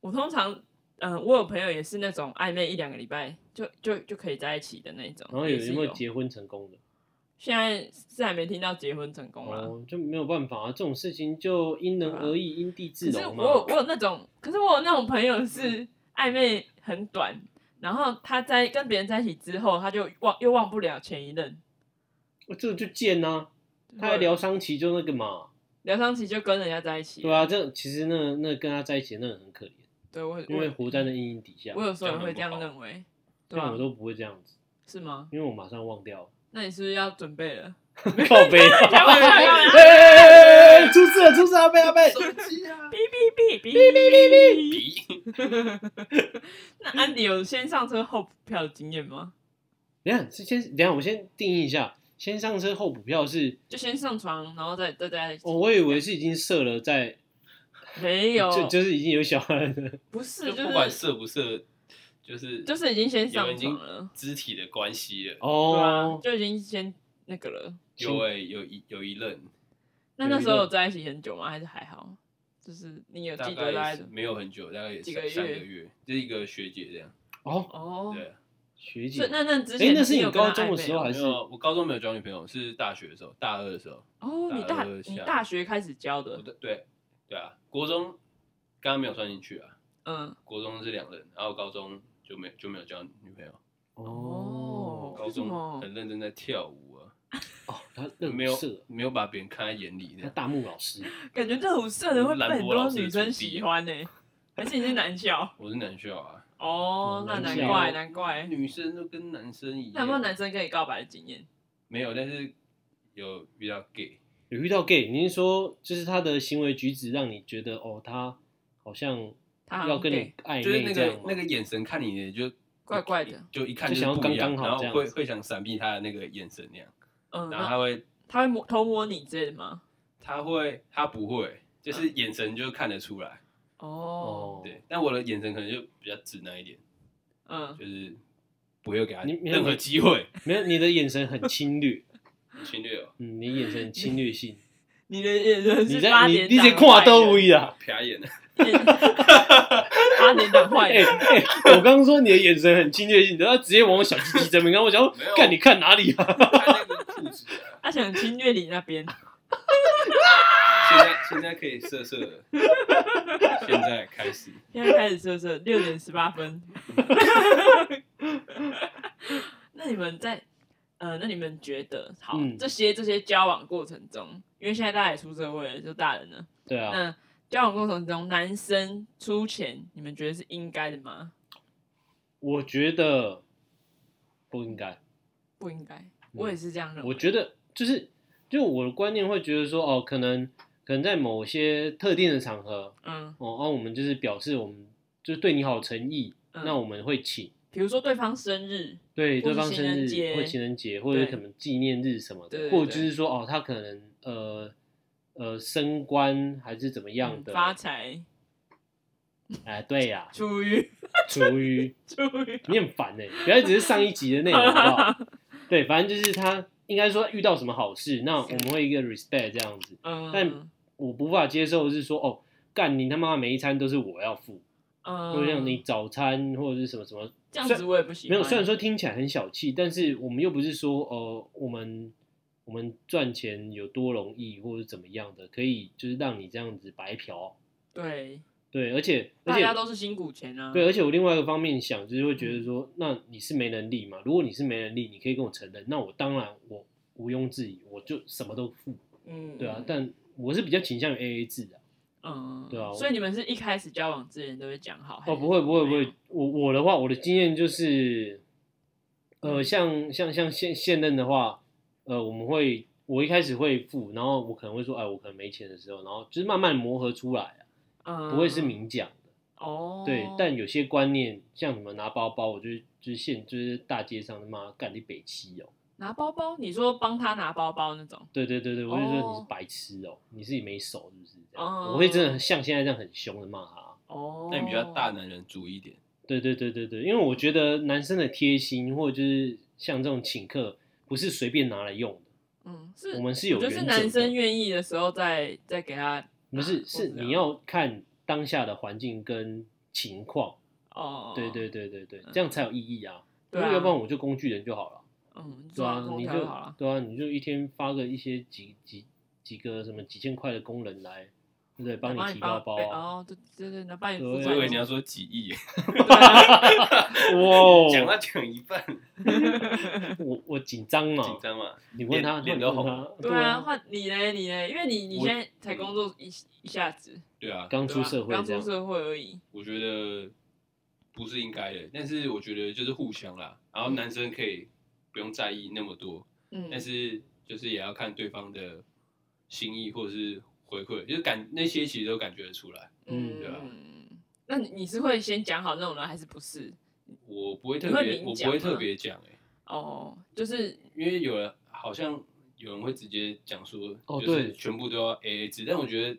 S1: 我通常，嗯、我有朋友也是那种暧昧一两个礼拜就就就可以在一起的那种，
S2: 然后
S1: 也
S2: 有
S1: 是
S2: 有
S1: 有
S2: 没有结婚成功的？
S1: 现在是还没听到结婚成功啦。
S2: 哦，就没有办法啊，这种事情就因人
S1: 对啊
S2: 而异，因地制
S1: 可是
S2: 容
S1: 我有
S2: 嘛
S1: 我。有那种，可是我有那种朋友是暧昧很短，然后他在跟别人在一起之后，他就忘又忘不了前一任，
S2: 我这个就贱呐，他还疗伤期就那个嘛，
S1: 疗伤期就跟人家在一起。
S2: 对啊，这其实那那跟他在一起的那个人很可怜，
S1: 对我
S2: 因为
S1: 我
S2: 活在那阴影底下
S1: 我。有时候也会这
S3: 这样很
S1: 样
S3: 不好
S1: 认为，对
S2: 但
S1: 啊
S2: 我，都不会这样子，
S1: 是吗？
S2: 因为我马上 忘掉了。
S1: 那你是不是要准备 了？
S2: 靠背，
S1: 开玩笑开玩笑
S2: 哎，出事了，出事了，阿贝阿贝，
S3: 手机啊，
S1: 哔哔哔哔哔哔
S3: 比
S1: 哔。 那安迪有先上车后补票的经验吗？
S2: 等一下是先等一下，我先定义一下，先上车后补票是，
S1: 就先上床，然后再再再
S2: 哦，我以为是已经射了再，
S1: 没有，
S2: 就就是已经有小孩了。
S1: 不是
S3: 就
S1: 就
S3: 不管
S1: 是
S3: 色不色，就是
S1: 就是已经先上
S3: 有已经
S1: 床了，
S3: 肢体的关系了。
S1: 对啊
S2: 哦，，
S1: 就已经先那个了。
S2: 行
S3: 有哎、有一有一任，
S1: 那
S2: 有
S1: 那
S2: 一
S1: 时候
S2: 个
S1: 有在一起很久吗？还是还好？就是你有
S3: 大
S1: 记得大
S3: 概
S1: 概
S3: 是没有很久，大概也
S1: 几个
S3: 三三
S1: 月
S3: 个月，就是一个学姐这样。
S2: 哦，
S1: 哦，
S3: 对，啊
S2: 学姐
S1: 所以，那那之
S2: 诶
S1: 前
S2: 那是
S1: 你
S2: 你
S1: 有跟他
S2: 高
S1: 暧
S2: 中的
S1: 昧
S2: 时候
S1: 哦
S2: 还
S3: 没
S2: 是
S3: 有，我高中没有交女朋友，是大学的时候，大二的时候。
S1: 哦，你大
S3: 大二
S1: 你
S3: 下
S1: 大学开始教
S3: 我
S1: 的，
S3: 的对对啊，国中刚刚没有算进去啊，
S1: 嗯，
S3: 国中是两人，然后高中就没就没有交女朋友，
S1: 哦
S2: 哦，
S3: 高
S1: 为什么
S3: 中很认真在跳舞啊，
S2: 哦，他
S3: 没
S2: 热
S3: 有
S2: 色，
S3: 没有把别人看在眼里这
S2: 他
S3: 样。
S2: 大木老师，
S1: 感觉这种社的会被很多女生喜欢呢、而且你是男校
S3: 我是男校啊，
S1: 哦，那难
S2: 嗯男校
S1: 怪难怪。
S3: 女生都跟男生一
S1: 那有没有
S3: 样，
S1: 男生跟你告白的经验？
S3: 没有，但是有遇到 gay，
S2: 有遇到 gay，您说就是他的行为举止让你觉得哦，他好像
S1: 他好像
S2: 要跟
S1: gay
S2: 你暧
S3: 就是那
S2: 昧这样
S3: 个
S2: 吗，
S3: 那个眼神看你的就
S1: 怪怪的，
S3: 就一看
S2: 就想
S3: 是
S2: 要
S3: 不一样
S2: 刚
S3: 啊
S2: 刚好
S3: 然
S2: 这
S3: 后
S2: 样子
S3: 会会想闪避他的那个眼神那样，
S1: 嗯，
S3: 然后
S1: 然后
S3: 他会
S1: 他会摸偷摸你之类的吗？
S3: 他会他不会，就是眼神就看得出来，
S1: 哦，
S2: 哦，
S3: 对，但我的眼神可能就比较直男一点。
S1: 嗯，
S3: 就是不会给他
S2: 你你
S3: 任何机会
S2: 没有你的眼神很侵略，
S3: 侵略哦，
S2: 嗯，你眼神很侵略性，
S1: 你的眼神
S2: 你
S1: 是
S2: 在
S1: 八
S2: 你
S1: 点
S2: 你
S1: 档
S2: 在跨都
S1: 坏
S2: 位啦。
S3: 瞟眼 了，
S1: 人，八点档坏
S2: 哎、
S1: 人，
S2: 哎，我刚刚说你的眼神很侵略性，然后直接往我小鸡鸡这边看，我想说
S3: 没有
S2: 干你看哪里啊？
S3: 看那个裤子啊，
S1: 他想侵略你那边。
S3: 啊现在现在可以色色了，现在开始，
S1: 现在开始测测，六点十八分。 那你们在呃，那你们觉得好、
S2: 嗯
S1: 这些这些交往过程中，因为现在大家也出社会了，就大人了。
S2: 对啊，
S1: 那交往过程中，男生出钱，你们觉得是应该的吗？
S2: 我觉得不应该，
S1: 不应该，我也是这样认为。
S2: 嗯我觉得就是就我的观念会觉得说，哦，可能可能在某些特定的场合，
S1: 嗯
S2: 哦，那、我们就是表示我们就是对你好诚意，
S1: 嗯，
S2: 那我们会请。
S1: 比如说对方生日，
S2: 对
S1: 或
S2: 对
S1: 是
S2: 方
S1: 情
S2: 生
S1: 人
S2: 日
S1: 节
S2: 或情人节，或者
S1: 对
S2: 是可能纪念日什么的，
S1: 对对
S2: 或者
S1: 对
S2: 就是说哦，他可能呃呃升官还是怎么样
S1: 嗯
S2: 的，
S1: 发财，
S2: 哎，对呀、
S1: 出狱，
S2: 厨余，
S1: 出狱，
S2: 你很烦呢、欸不要只是上一集的内容好不好？ 对，反正就是他应该说遇到什么好事，那我们会一个 respect 这样子。
S1: 嗯，
S2: 但我无法接受的是说哦，干你他妈每一餐都是我要付，
S1: 嗯，
S2: 或者像你早餐或者是什么什么，
S1: 这样子我也不喜欢。
S2: 没有，虽然说听起来很小气，但是我们又不是说呃，我们我们赚钱有多容易，或者怎么样的，可以就是让你这样子白嫖。
S1: 对，
S2: 对，而且而
S1: 大
S2: 且
S1: 家都是嗯辛苦钱啊。
S2: 对，而且我另外一个方面想，就是会觉得说，那你是没能力嘛？如果你是没能力，你可以跟我承认，那我当然我毋庸置疑，我就什么都付，
S1: 嗯，
S2: 对啊。但我是比较倾向于 A A 制的、啊
S1: 嗯，
S2: 对啊
S1: 所以你们是一开始交往之前都会讲好？还
S2: 哦，
S1: 是
S2: 不会不会不
S1: 没有
S2: 会，我我的话，我的经验就是，
S1: 嗯
S2: 呃，像像像现现任的话，呃，我们会我一开始会付，然后我可能会说，哎，我可能没钱的时候，然后就是慢慢磨合出来啊，
S1: 嗯，
S2: 不会是明讲的。
S1: 哦，
S2: 对，但有些观念，像什么拿包包，我就是就是现就是大街上他妈干你北七哦，
S1: 拿包包，你说帮他拿包包那种，
S2: 对对对对，我就说你
S1: 哦
S2: 是白痴哦，你自己没手是不是？这样
S1: 哦
S2: 我会真的很像现在这样很凶的骂他。
S1: 哦，
S3: 但你比较大，男人主义一点，
S2: 对对对对对，因为我觉得男生的贴心或者就是像这种请客，不是随便拿来用的，
S1: 嗯，是，
S2: 我们是有
S1: 就
S2: 原
S1: 是
S2: 则
S1: 男生啊
S2: 的，
S1: 愿意的时候再再给他，
S2: 不是
S1: 或是
S2: 是
S1: 怎样
S2: 你要看当下的环境跟情况，
S1: 哦，
S2: 对对对对对，这样才有意义啊，
S1: 对啊
S2: 因为要不然我就工具人就好了。
S1: 嗯，
S2: 对
S1: 做
S2: 啊
S1: 完，空
S2: 你
S1: 调
S2: 就
S1: 好了，
S2: 对啊，你就一天发个一些几几几个什么几千块的工人来，对不对？帮
S1: 帮
S2: 你提包包
S1: 对
S2: 啊，
S1: 哦，对对对，那帮你付
S2: 对啊
S3: 我以为你要
S1: 款，
S3: 说几亿，
S1: 啊
S2: 哇哦，
S3: 讲到讲一半
S2: 我我紧张
S3: 紧
S2: 嘛，
S3: 张嘛，
S2: 你问他，
S3: 脸
S2: 你
S3: 脸都
S2: 问
S3: 红
S2: 他
S3: 了
S1: 对啊，，换你嘞你嘞，因为你你
S3: 我
S1: 现在才工作一一下子，
S3: 对啊，
S2: 刚
S1: 对
S2: 出
S1: 吧
S2: 社会
S1: 刚出
S2: 这样，
S1: 社会而已，
S3: 我觉得不是应该的，但是我觉得就是互相啦，然后男生可以不用在意那么多，
S1: 嗯，
S3: 但哎是就是也要看对方的心意或者是回馈，就是感那些其实都感觉得出来。
S2: 嗯
S3: 对啊
S1: 嗯，那你你是会先讲好那种人，还是不是？
S3: 我不会特
S1: 你会
S3: 别，
S1: 明
S3: 我
S1: 讲
S3: 不会特
S1: 吗
S3: 别讲哎、
S1: 哦，就是
S3: 因为有人好像有人会直接讲说，
S2: 哦
S3: 就是
S2: 对
S3: 全部都要 A A 制，但我觉得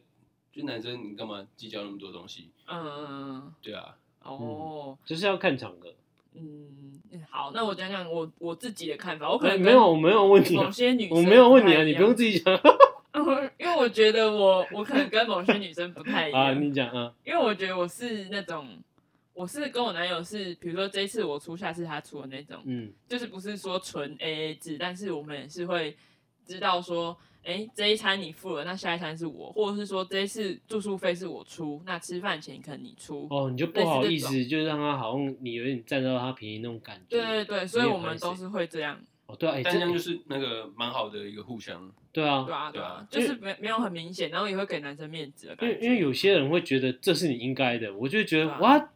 S3: 就男生你干嘛计较那么多东西？
S1: 嗯，
S3: 对啊，
S1: 哦，
S2: 就是要看场合。
S1: 嗯，好，那我讲讲我我自己的看法，我可能
S2: 哎没有，我没有问你、
S1: 某
S2: 啊，
S1: 些女生
S2: 我没有问你
S1: 太
S2: 啊，
S1: 一
S2: 你
S1: 样
S2: 不用自己讲
S1: 因为我觉得我我可能跟某些女生不太一样，
S2: 啊，你讲啊，
S1: 因为我觉得我是那种，我是跟我男友是，比如说这一次我出，下次他出的那种，
S2: 嗯
S1: 就是不是说纯 A A 制，但是我们也是会知道说，哎，这一餐你付了，那下一餐是我，或者是说这一次住宿费是我出，那吃饭钱可能你出，
S2: 哦，你就不
S1: 类似
S2: 好
S1: 这
S2: 意思，就是让他好像你有点占到他便宜那种感觉。
S1: 对对对，所以
S2: 你也
S1: 我们
S2: 不好
S1: 都
S2: 意思
S1: 是会这样，
S2: 哦，对啊，哎、
S3: 但这样就
S2: 这
S3: 是那个蛮好的一个互相，
S2: 对
S1: 对
S2: 啊，
S1: 啊对啊，
S2: 因
S1: 就
S2: 为
S1: 是没没有很明显，然后也会给男生面子的
S2: 因
S1: 感
S2: 为
S1: 觉，
S2: 因为有些人会觉得这是你应该的，我就会觉得
S1: 对啊
S2: 哇，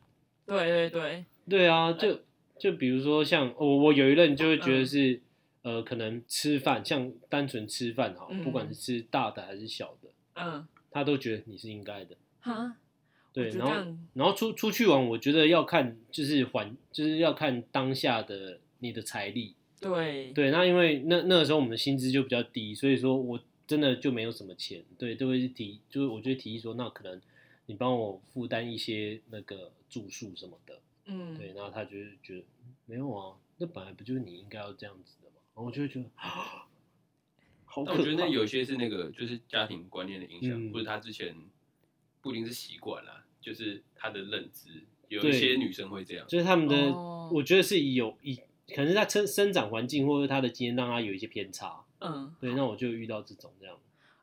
S1: 对对对，嗯
S2: 对啊，就就比如说像我我有一任就会觉得是、呃，可能吃饭像单纯吃饭哈，
S1: 嗯
S2: 不管是吃大的还是小的，
S1: 嗯，
S2: 他都觉得你是应该的。
S1: 哈，
S2: 对，
S1: 我觉
S2: 然
S1: 得这
S2: 后
S1: 样
S2: 然后出出去玩，我觉得要看就是环，就是要看当下的你的财力。
S1: 对
S2: 对，那因为那那个时候我们的薪资就比较低，所以说我真的就没有什么钱，对，就会提，就是我就会提议说，那可能你帮我负担一些那个住宿什么的。
S1: 嗯
S2: 对，然后他就是觉得嗯没有啊，那本来不就是你应该要这样子的嘛。然后我就会觉得， 啊好可
S3: 但
S2: 怕。
S3: 我觉得那有些是那个就是家庭观念的影响，
S2: 嗯
S3: 或者他之前不一定是习惯啦，就是他的认知，有
S2: 对
S3: 一些女生会这样，
S2: 就是他们的，
S1: 哦
S2: 我觉得是有一，可能是他生生长环境或者他的经验让他有一些偏差。
S1: 嗯。
S2: 对，那我就遇到这种这样。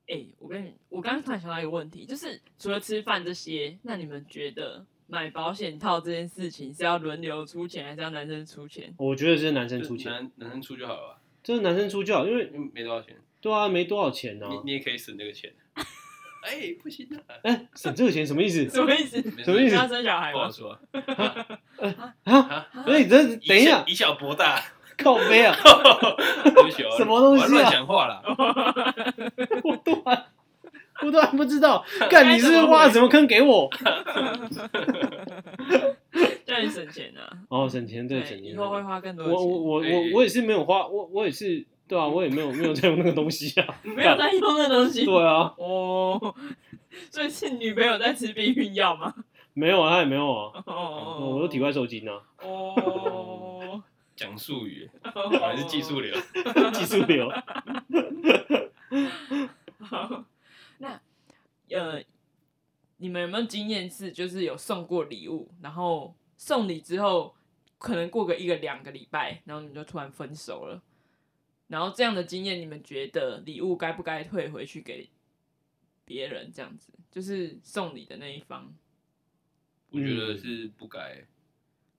S1: 哎、我跟你，我刚刚突然想到一个问题，就是除了吃饭这些，那你们觉得买保险套这件事情是要轮流出钱，还是要男生出钱？
S2: 我觉得是男生
S3: 就
S2: 出钱，
S3: 男男生出就好了吧，
S2: 就是男生出就好，因为
S3: 因为没多少钱，
S2: 对啊，没多少钱啊
S3: 你。你也可以省那个钱。 哎，不行啊，
S2: 哎，省这个钱什么意思
S1: 什么意思？
S3: 没啊
S2: 什么意
S1: 你
S2: 思
S1: 要生小孩
S3: 不好
S1: 吗？
S3: 说啊。
S2: 啊？
S3: 啊
S2: 所以你这等一下，
S3: 以小博大，
S2: 靠背啊，
S3: 对 不起哦
S2: 什么东西啊
S3: 我要乱讲话啦。
S2: 我突然我突然不知道，干你是不
S1: 该
S2: 是
S1: 怎么
S2: 挖了
S1: 回
S2: 什么坑给我？
S1: 叫你省钱啊！
S2: 哦，省钱 对，省
S1: 对，
S2: 钱。
S1: 以后会花更多的
S2: 我
S1: 钱。
S2: 我我
S3: 哎
S2: 我我也是没有花，我我也是对啊，我也没有没有在用那个东西啊，
S1: 没有在用那东西。
S2: 对啊，
S1: 哦，所以是女朋友在吃避孕药吗？
S2: 没有啊，他也没有啊，
S1: 哦，
S2: 我都体外受精啊，
S1: 哦。
S3: 讲术语，
S1: 哦，
S3: 果然是技术流。
S2: 技术流，
S1: 好，那呃，你们有没有经验是，就是有送过礼物，然后送礼之后，可能过个一个两个礼拜，然后你们就突然分手了，然后这样的经验，你们觉得礼物该不该退回去给别人？这样子，就是送礼的那一方
S3: 我觉得是不该，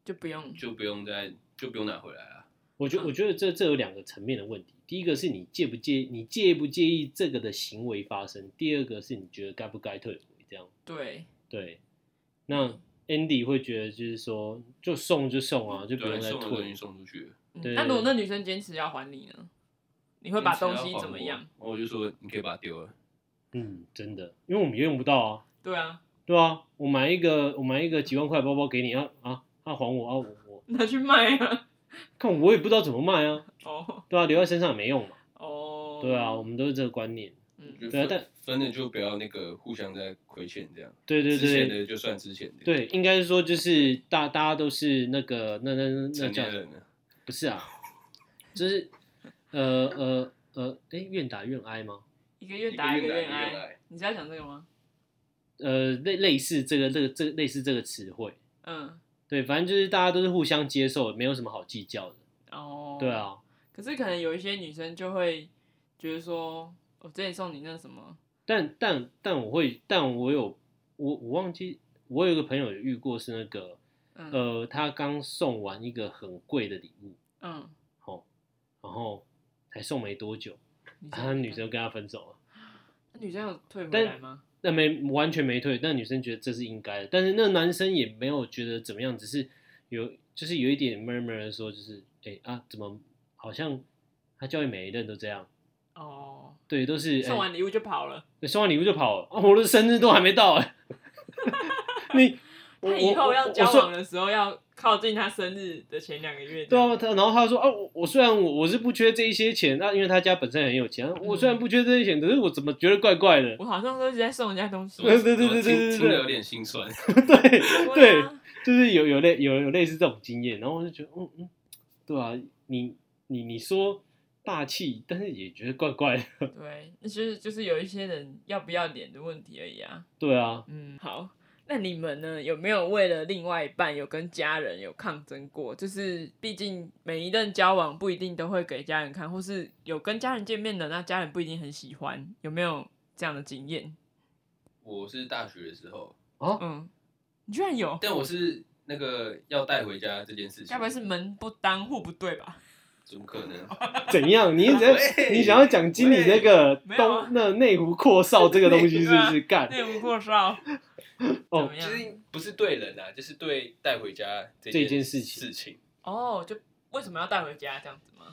S1: 就不用
S3: 就不用再，就不用拿回来了。
S2: 我觉我觉得这这有两个层面的问题，第一个是你介不介你介不介意这个的行为发生，第二个是你觉得该不该退回这样，
S1: 对
S2: 对，那
S3: 嗯
S2: Andy 会觉得就是说就送就送啊，就不
S3: 对啊，
S2: 用再
S3: 送的东
S2: 退
S3: 西，送出去了，
S1: 嗯
S2: 对
S1: 那如果那女生坚持要还你呢？你会把东西怎么样？
S3: 我就说你可以把它丢了。
S2: 嗯，真的，因为我们也用不到啊，
S1: 对啊，
S2: 对啊，我买一个我买一个几万块的包包给你啊啊，他、还我啊我我。
S1: 拿去卖啊！
S2: 看我也不知道怎么卖啊，
S1: 哦
S2: 对啊，留在身上也没用嘛，
S1: 哦，
S2: 对啊，我，们都是这个观念，
S1: 嗯，
S3: 就
S2: 对啊
S3: 分
S2: 但
S3: 分了就不要那个互相在亏欠这样，
S2: 对对
S3: 之前
S2: 对
S3: 的就算之前的，，
S2: 对，应该是说就是大大家都是那个那那那那
S3: 成
S2: 叫
S3: 年人了，
S2: 不是啊，就是呃呃呃，哎、愿打愿挨吗？
S1: 一个愿打一个
S3: 一个
S1: 愿
S3: 愿打一个愿
S1: 挨
S3: 挨，
S1: 你是要讲这个吗？
S2: 呃，类类似这个这个这个类似这个词汇，
S1: 嗯，
S2: 对，反正就是大家都是互相接受，没有什么好计较的，
S1: 哦，
S2: 对。啊，
S1: 可是可能有一些女生就会觉得说，我之前送你那什么，
S2: 但但但我会，但我有我我忘记，我有一个朋友有遇过是那个
S1: 嗯、
S2: 呃，他刚送完一个很贵的礼物。
S1: 嗯，
S2: 哦，然后才送没多久，
S1: 女
S2: 他女生跟他分手了，
S1: 那女生有退回来吗？
S2: 那没完全没退，但女生觉得这是应该的，但是那男生也没有觉得怎么样，只是有就是有一点 murmur 的说，就是哎啊，怎么好像他教育每一任都这样，
S1: 哦，
S2: 对，都是
S1: 送
S2: 哎
S1: 完礼物就跑了，
S2: 送完礼物就跑了，啊，我的生日都还没到哎、 你 我
S1: 她以
S2: 我
S1: 后要
S2: 我
S1: 交
S2: 送
S1: 往的时候要靠近她生日的前两个月。
S2: 对啊，他然后他说啊，我我虽然我我是不缺这一些钱，那、因为他家本身很有钱，
S1: 嗯
S2: 我虽然不缺这些钱，可是我怎么觉得怪怪的？
S1: 我好像都一直在送人家东西。
S2: 对对对对对对
S3: 听听
S2: 对
S3: 得有点心酸，
S2: 对
S1: 啊
S2: 对，就是有有类有有类似这种经验，然后我就觉得，嗯嗯，对啊，你你你说大气，但是也觉得怪怪的，
S1: 对，那就是就是有一些人要不要脸的问题而已啊。
S2: 对啊，
S1: 嗯，好，那你们呢？有没有为了另外一半有跟家人有抗争过？就是毕竟每一任交往不一定都会给家人看，或是有跟家人见面的，那家人不一定很喜欢，有没有这样的经验？
S3: 我是大学的时候，
S1: 嗯，你居然有，
S3: 但我是那个要带回家这件事情，
S1: 该不会是门不当户不对吧？
S3: 怎么可能？
S2: 怎样？ 你只要
S3: 喂
S2: 你想要讲经理那个
S1: 喂没有啊
S2: 东那内湖阔少这个东西是不
S1: 内啊
S2: 是干？
S1: 内不过少， 怎
S2: 哦
S1: 么
S3: 其
S1: 样？
S3: 实不是对人啊，就是对带回家这
S2: 这件事情
S3: 情。事情
S1: 哦，就为什么要带回家这样子吗？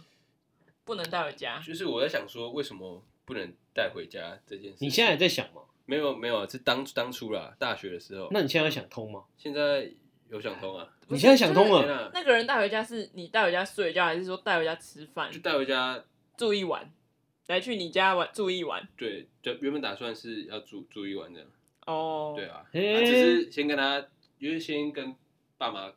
S1: 不能带回家，
S3: 就是我在想说，为什么不能带回家这件事情？
S2: 你现在还在想吗？
S3: 没有没有啊，是当当初啦，大学的时候。
S2: 那嗯你现在有想通吗？
S1: 嗯
S3: 现在有想通啊？
S1: 不
S2: 你
S1: 是
S2: 现在想通
S1: 就是
S3: 天
S2: 了？
S3: 啊，
S1: 那个人带回家是你带回家睡觉，还是说带回家吃饭
S3: 就带回家。
S1: 住一晚，来去你家玩住一晚？
S3: 对，就原本打算是要住住一晚这样。
S1: 哦，
S3: 对，啊，啊
S2: 嘿
S3: 只是先跟他，因为先跟爸妈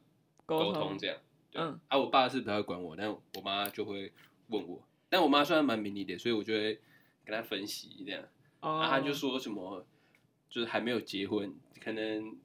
S1: 沟通
S3: 沟通这样。对
S1: 嗯
S3: 啊，我爸是不太会管我，但我妈就会问我。但我妈虽然蛮明理的，所以我就会跟她分析这样。
S1: 哦，
S3: 然后他就说什么，就是还没有结婚，可能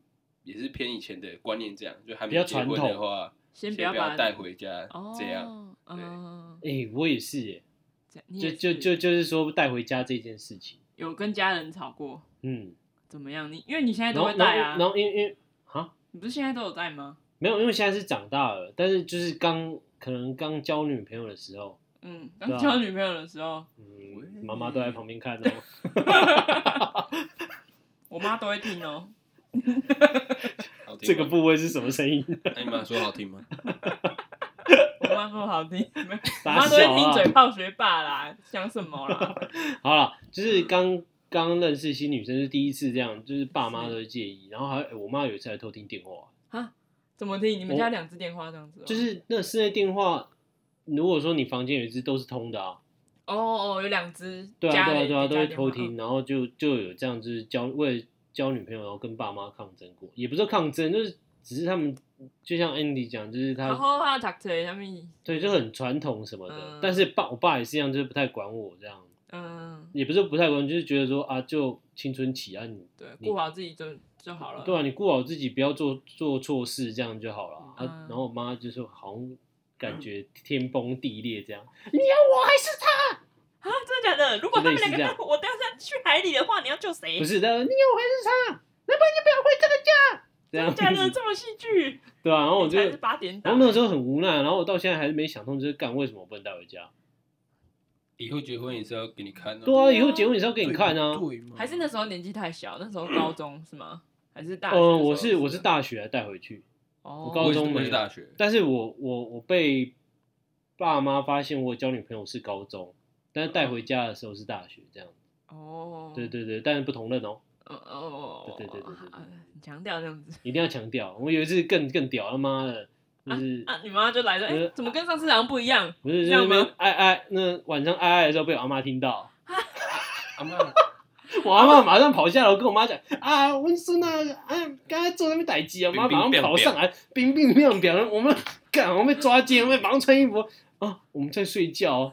S3: 也是偏以前的观念这样，就还没有
S2: 比
S3: 结
S2: 较传
S3: 婚
S2: 统
S3: 的话，
S1: 先
S3: 不
S1: 不要把
S3: 要带回家，
S1: 哦，
S3: 这样。对
S1: 嗯，
S2: 哎、我也是耶，
S1: 这样你
S2: 就
S1: 也
S2: 就是就就是说带回家这件事情，
S1: 有跟家人吵过
S2: 嗯，
S1: 怎么样？你因为你现在
S2: 然
S1: 都
S2: 后
S1: 会
S2: 然
S1: 带
S2: 后
S1: 啊
S2: 然，后因为因为啊，
S1: 你不是现在都有带吗？
S2: 没有，因为现在是长大了，但是就是刚可能刚交女朋友的时候，
S1: 嗯，
S2: 啊
S1: 刚交女朋友的时候，
S2: 嗯，妈妈都在旁边看哦，
S1: 我妈都会听哦。
S3: 好听
S2: 这个
S3: 吗，
S2: 部位是什么声
S1: 嗯
S2: 音？
S3: 那你妈说好听吗？
S1: 我妈说好听，没有我
S2: 傻
S1: 妈都会
S2: 小啊
S1: 听嘴炮学霸啦，想什么啦？
S2: 好了，就是刚刚认识新女生是第一次这样，就是爸妈都会介意，然后还、欸我妈有一次还偷听电话，
S1: 啊，怎么听？你们
S2: 我
S1: 家两只电话这样子哦、
S2: 就是那室内电话，如果说你房间有一只都是通的啊，
S1: 哦哦，有两只
S2: 对啊
S1: 家
S2: 对啊
S1: 里
S2: 对啊，
S1: 家
S2: 都
S1: 嗯
S2: 会
S1: 里的
S2: 偷
S1: 嘛
S2: 听，。然后就就有这样就是交为了交女朋友然后跟爸妈抗争过，也不是抗争，就是只是他们就像 Andy 讲，就是他
S1: 然后他读册他们，
S2: 对，就很传统什么的。
S1: 嗯
S2: 但是爸，我爸也是一样，就是不太管我这样，
S1: 嗯，
S2: 也不是不太管，就是觉得说啊，就青春期啊，你
S1: 对，
S2: 你
S1: 顾好自己就就好了。
S2: 对啊，你顾好自己，不要做做错事，这样就好了啊。
S1: 嗯
S2: 然后我妈就说，好像感觉天崩地裂这样，你要我还是他？
S1: 啊，真的假的？如果他
S2: 类
S1: 们
S2: 似
S1: 两个
S2: 这样
S1: 在我掉下去海里的话，你要救谁
S2: 不？是，他说你要我还是他？那不然
S1: 真的
S2: 就不要
S1: 假
S2: 回这个
S1: 的？
S2: 家，这样子，
S1: 这么戏剧？
S2: 对 啊。然后我就
S1: 才，是八点
S2: 然
S1: 档
S2: 后。那个时候很无奈，然后我到现在还是没想通，就是干为什么我不能带回家？
S3: 以后结婚也是要给你看的。
S2: 对啊，
S1: 对啊
S2: 以后结婚也是要给你看啊。
S3: 对嘛
S1: 还是那时候年纪太小，那时候高中是吗？还是大学的时候？
S2: 嗯，我是我是大学还带回去，
S1: 哦，
S2: 高中
S3: 我
S2: 没
S3: 也
S2: 有
S3: 是大学，
S2: 但是我我我被爸妈发现我有交女朋友是高中，但是带回家的时候是大学这样。
S1: 嗯哦，
S2: 对，对对，但是不同任哦，
S1: 哦哦，
S2: 对对对对对对
S1: 啊很强调这样子
S2: 一定要强调。我有一次更更屌，他妈的，就是、
S1: 啊，你妈就来说，
S2: 不
S1: 哎
S2: 是，
S1: 怎么跟上次好像不一样？
S2: 不是
S1: 这
S2: 就是
S1: 样
S2: 那边
S1: 吗
S2: 爱爱那晚上爱爱的时候被我阿妈听到，
S3: 阿妈
S2: 我阿妈马上跑下楼跟我妈讲啊，温孙啊啊，刚才坐那边逮鸡啊，我妈马上跑上来，冰冰亮表，我们干，我们被抓奸，我们马上穿衣服啊，我们在睡觉哦，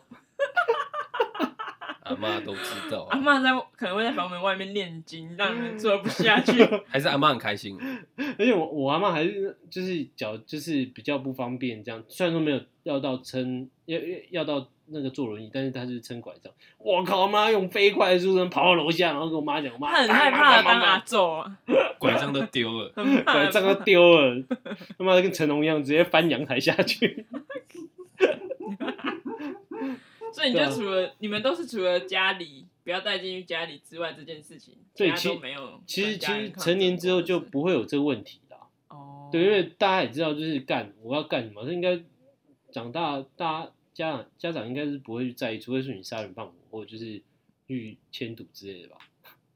S3: 阿妈都知道
S1: 阿
S3: 啊，
S1: 妈在可能会在房门外面念经，让人做不下去。
S3: 还是阿妈很开心。
S2: 而且我我阿妈还是就是脚就是比较不方便，这样虽然说没有要到撑要要要到那个坐轮椅，但是她是撑拐杖。我靠，妈用飞快的速度跑到楼下，然后跟我妈讲，我 妈
S1: 她很害怕当阿
S2: 啊，
S1: 宙啊，
S3: 拐杖都丢了，
S1: 很怕
S2: 拐杖都丢了，他妈的跟成龙一样，直接翻阳台下 去。
S1: 所以你
S2: 对
S1: 就
S2: 啊
S1: 除了你们都是除了家里不要带进去家里之外这件事情，
S2: 对
S1: 其他都
S2: 其
S1: 没有。
S2: 其实其实成年之后就不会有这个问题啦。
S1: 哦，
S2: 对，因为大家也知道，就是干我要干什么，这应该长大，大家家长家长应该是不会去在意，除非是你杀人放火，或者就是去迁赌之类的吧。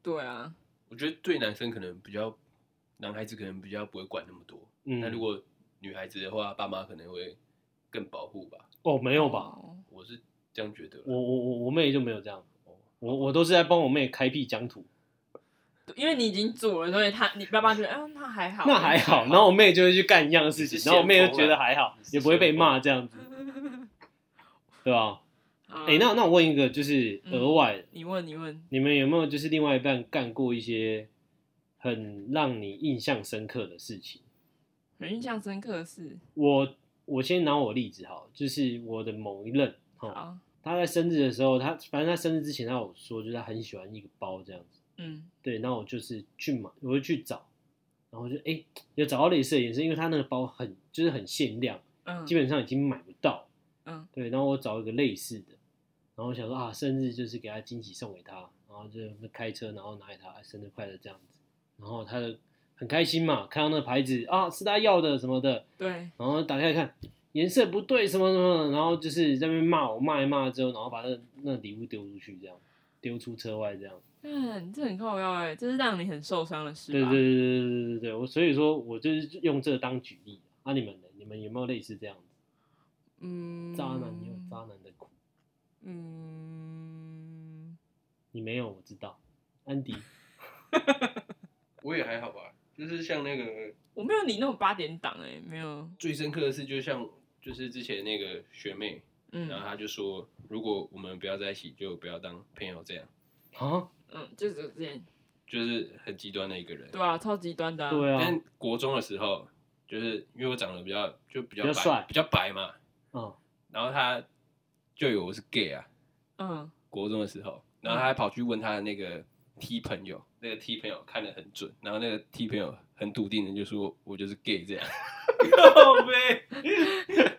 S1: 对啊，
S3: 我觉得对男生可能比较，男孩子可能比较不会管那么多。
S2: 嗯，
S3: 那如果女孩子的话，爸妈可能会更保护吧，
S2: 哦没
S1: 没
S2: 有吧？？
S3: 我是这样觉得啦。
S2: 我我我我妹就没有这样
S3: 哦，
S2: 我我都是在帮我妹开辟疆土，
S1: 对因为你已经做了，所以他你爸爸觉得，啊，那还好，
S2: 那还好。然后我妹就会去干一样的事情
S3: 你，是
S2: 然后我妹
S3: 先
S2: 就
S3: 锋
S2: 觉得
S3: 啦
S2: 还好
S3: 你，是
S2: 也不会被
S3: 先锋
S2: 骂这样 子，对吧？
S1: 好
S2: 哎、那那我问一个，就是
S1: 嗯
S2: 额外的，
S1: 你问你问，
S2: 你们有没有就是另外一半干过一些很让你印象深刻的事情？
S1: 很印象深刻的事，
S2: 我我先拿我例子好了，就是我的某一任，哦，
S1: 好，
S2: 他在生日的时候，他反正他生日之前他有说，就是他很喜欢一个包这样子。
S1: 嗯
S2: 对，那我就是去买，我就去找，然后我就哎、诶有找到类似的颜色，因为它那个包很就是很限量，
S1: 嗯，
S2: 基本上已经买不到。
S1: 嗯，
S2: 对，然后我找一个类似的，然后我想说啊，生日就是给他惊喜送给他，然后就开车，然后拿给他、啊生日快乐这样子，然后他就很开心嘛，看到那个牌子啊是他要的什么的，
S1: 对，
S2: 然后打开看颜色不对什么什么的，然后就是在那边骂我骂一骂之后，然后把那那礼物丢出去这样，丢出车外这样。
S1: 嗯，这很靠腰哎、这是让你很受伤的事
S2: 对
S1: 吧？
S2: 对对对对对对对，我所以说我就是用这个当举例。啊，你们呢？你们有没有类似这样子？
S1: 嗯，
S2: 渣男也有渣男的苦，
S1: 嗯，
S2: 你没有我知道。安迪，
S3: 我也还好吧，就是像那个
S1: 我没有你那种八点档哎、没有，
S3: 最深刻的事，就像就是之前那个学妹，然
S2: 啊
S1: 嗯
S3: 后她就说，如果我们不要在一起，就不要当朋友，这样
S2: 啊，
S1: 嗯，就是这样，
S3: 就是很极端的一个人。
S1: 对啊，超极端的、啊，
S2: 对啊，
S3: 但国中的时候，就是因为我长得比较就比较
S2: 比较
S3: 白
S2: 帅
S3: 比较白嘛，
S2: 嗯，
S3: 然后她就以为我是 gay 啊，
S1: 嗯，
S3: 国中的时候，然后她还跑去问她的那个 T 朋友，那个 T 朋友看得很准，然后那个 T 朋友很笃定的就说我就是 gay 这样，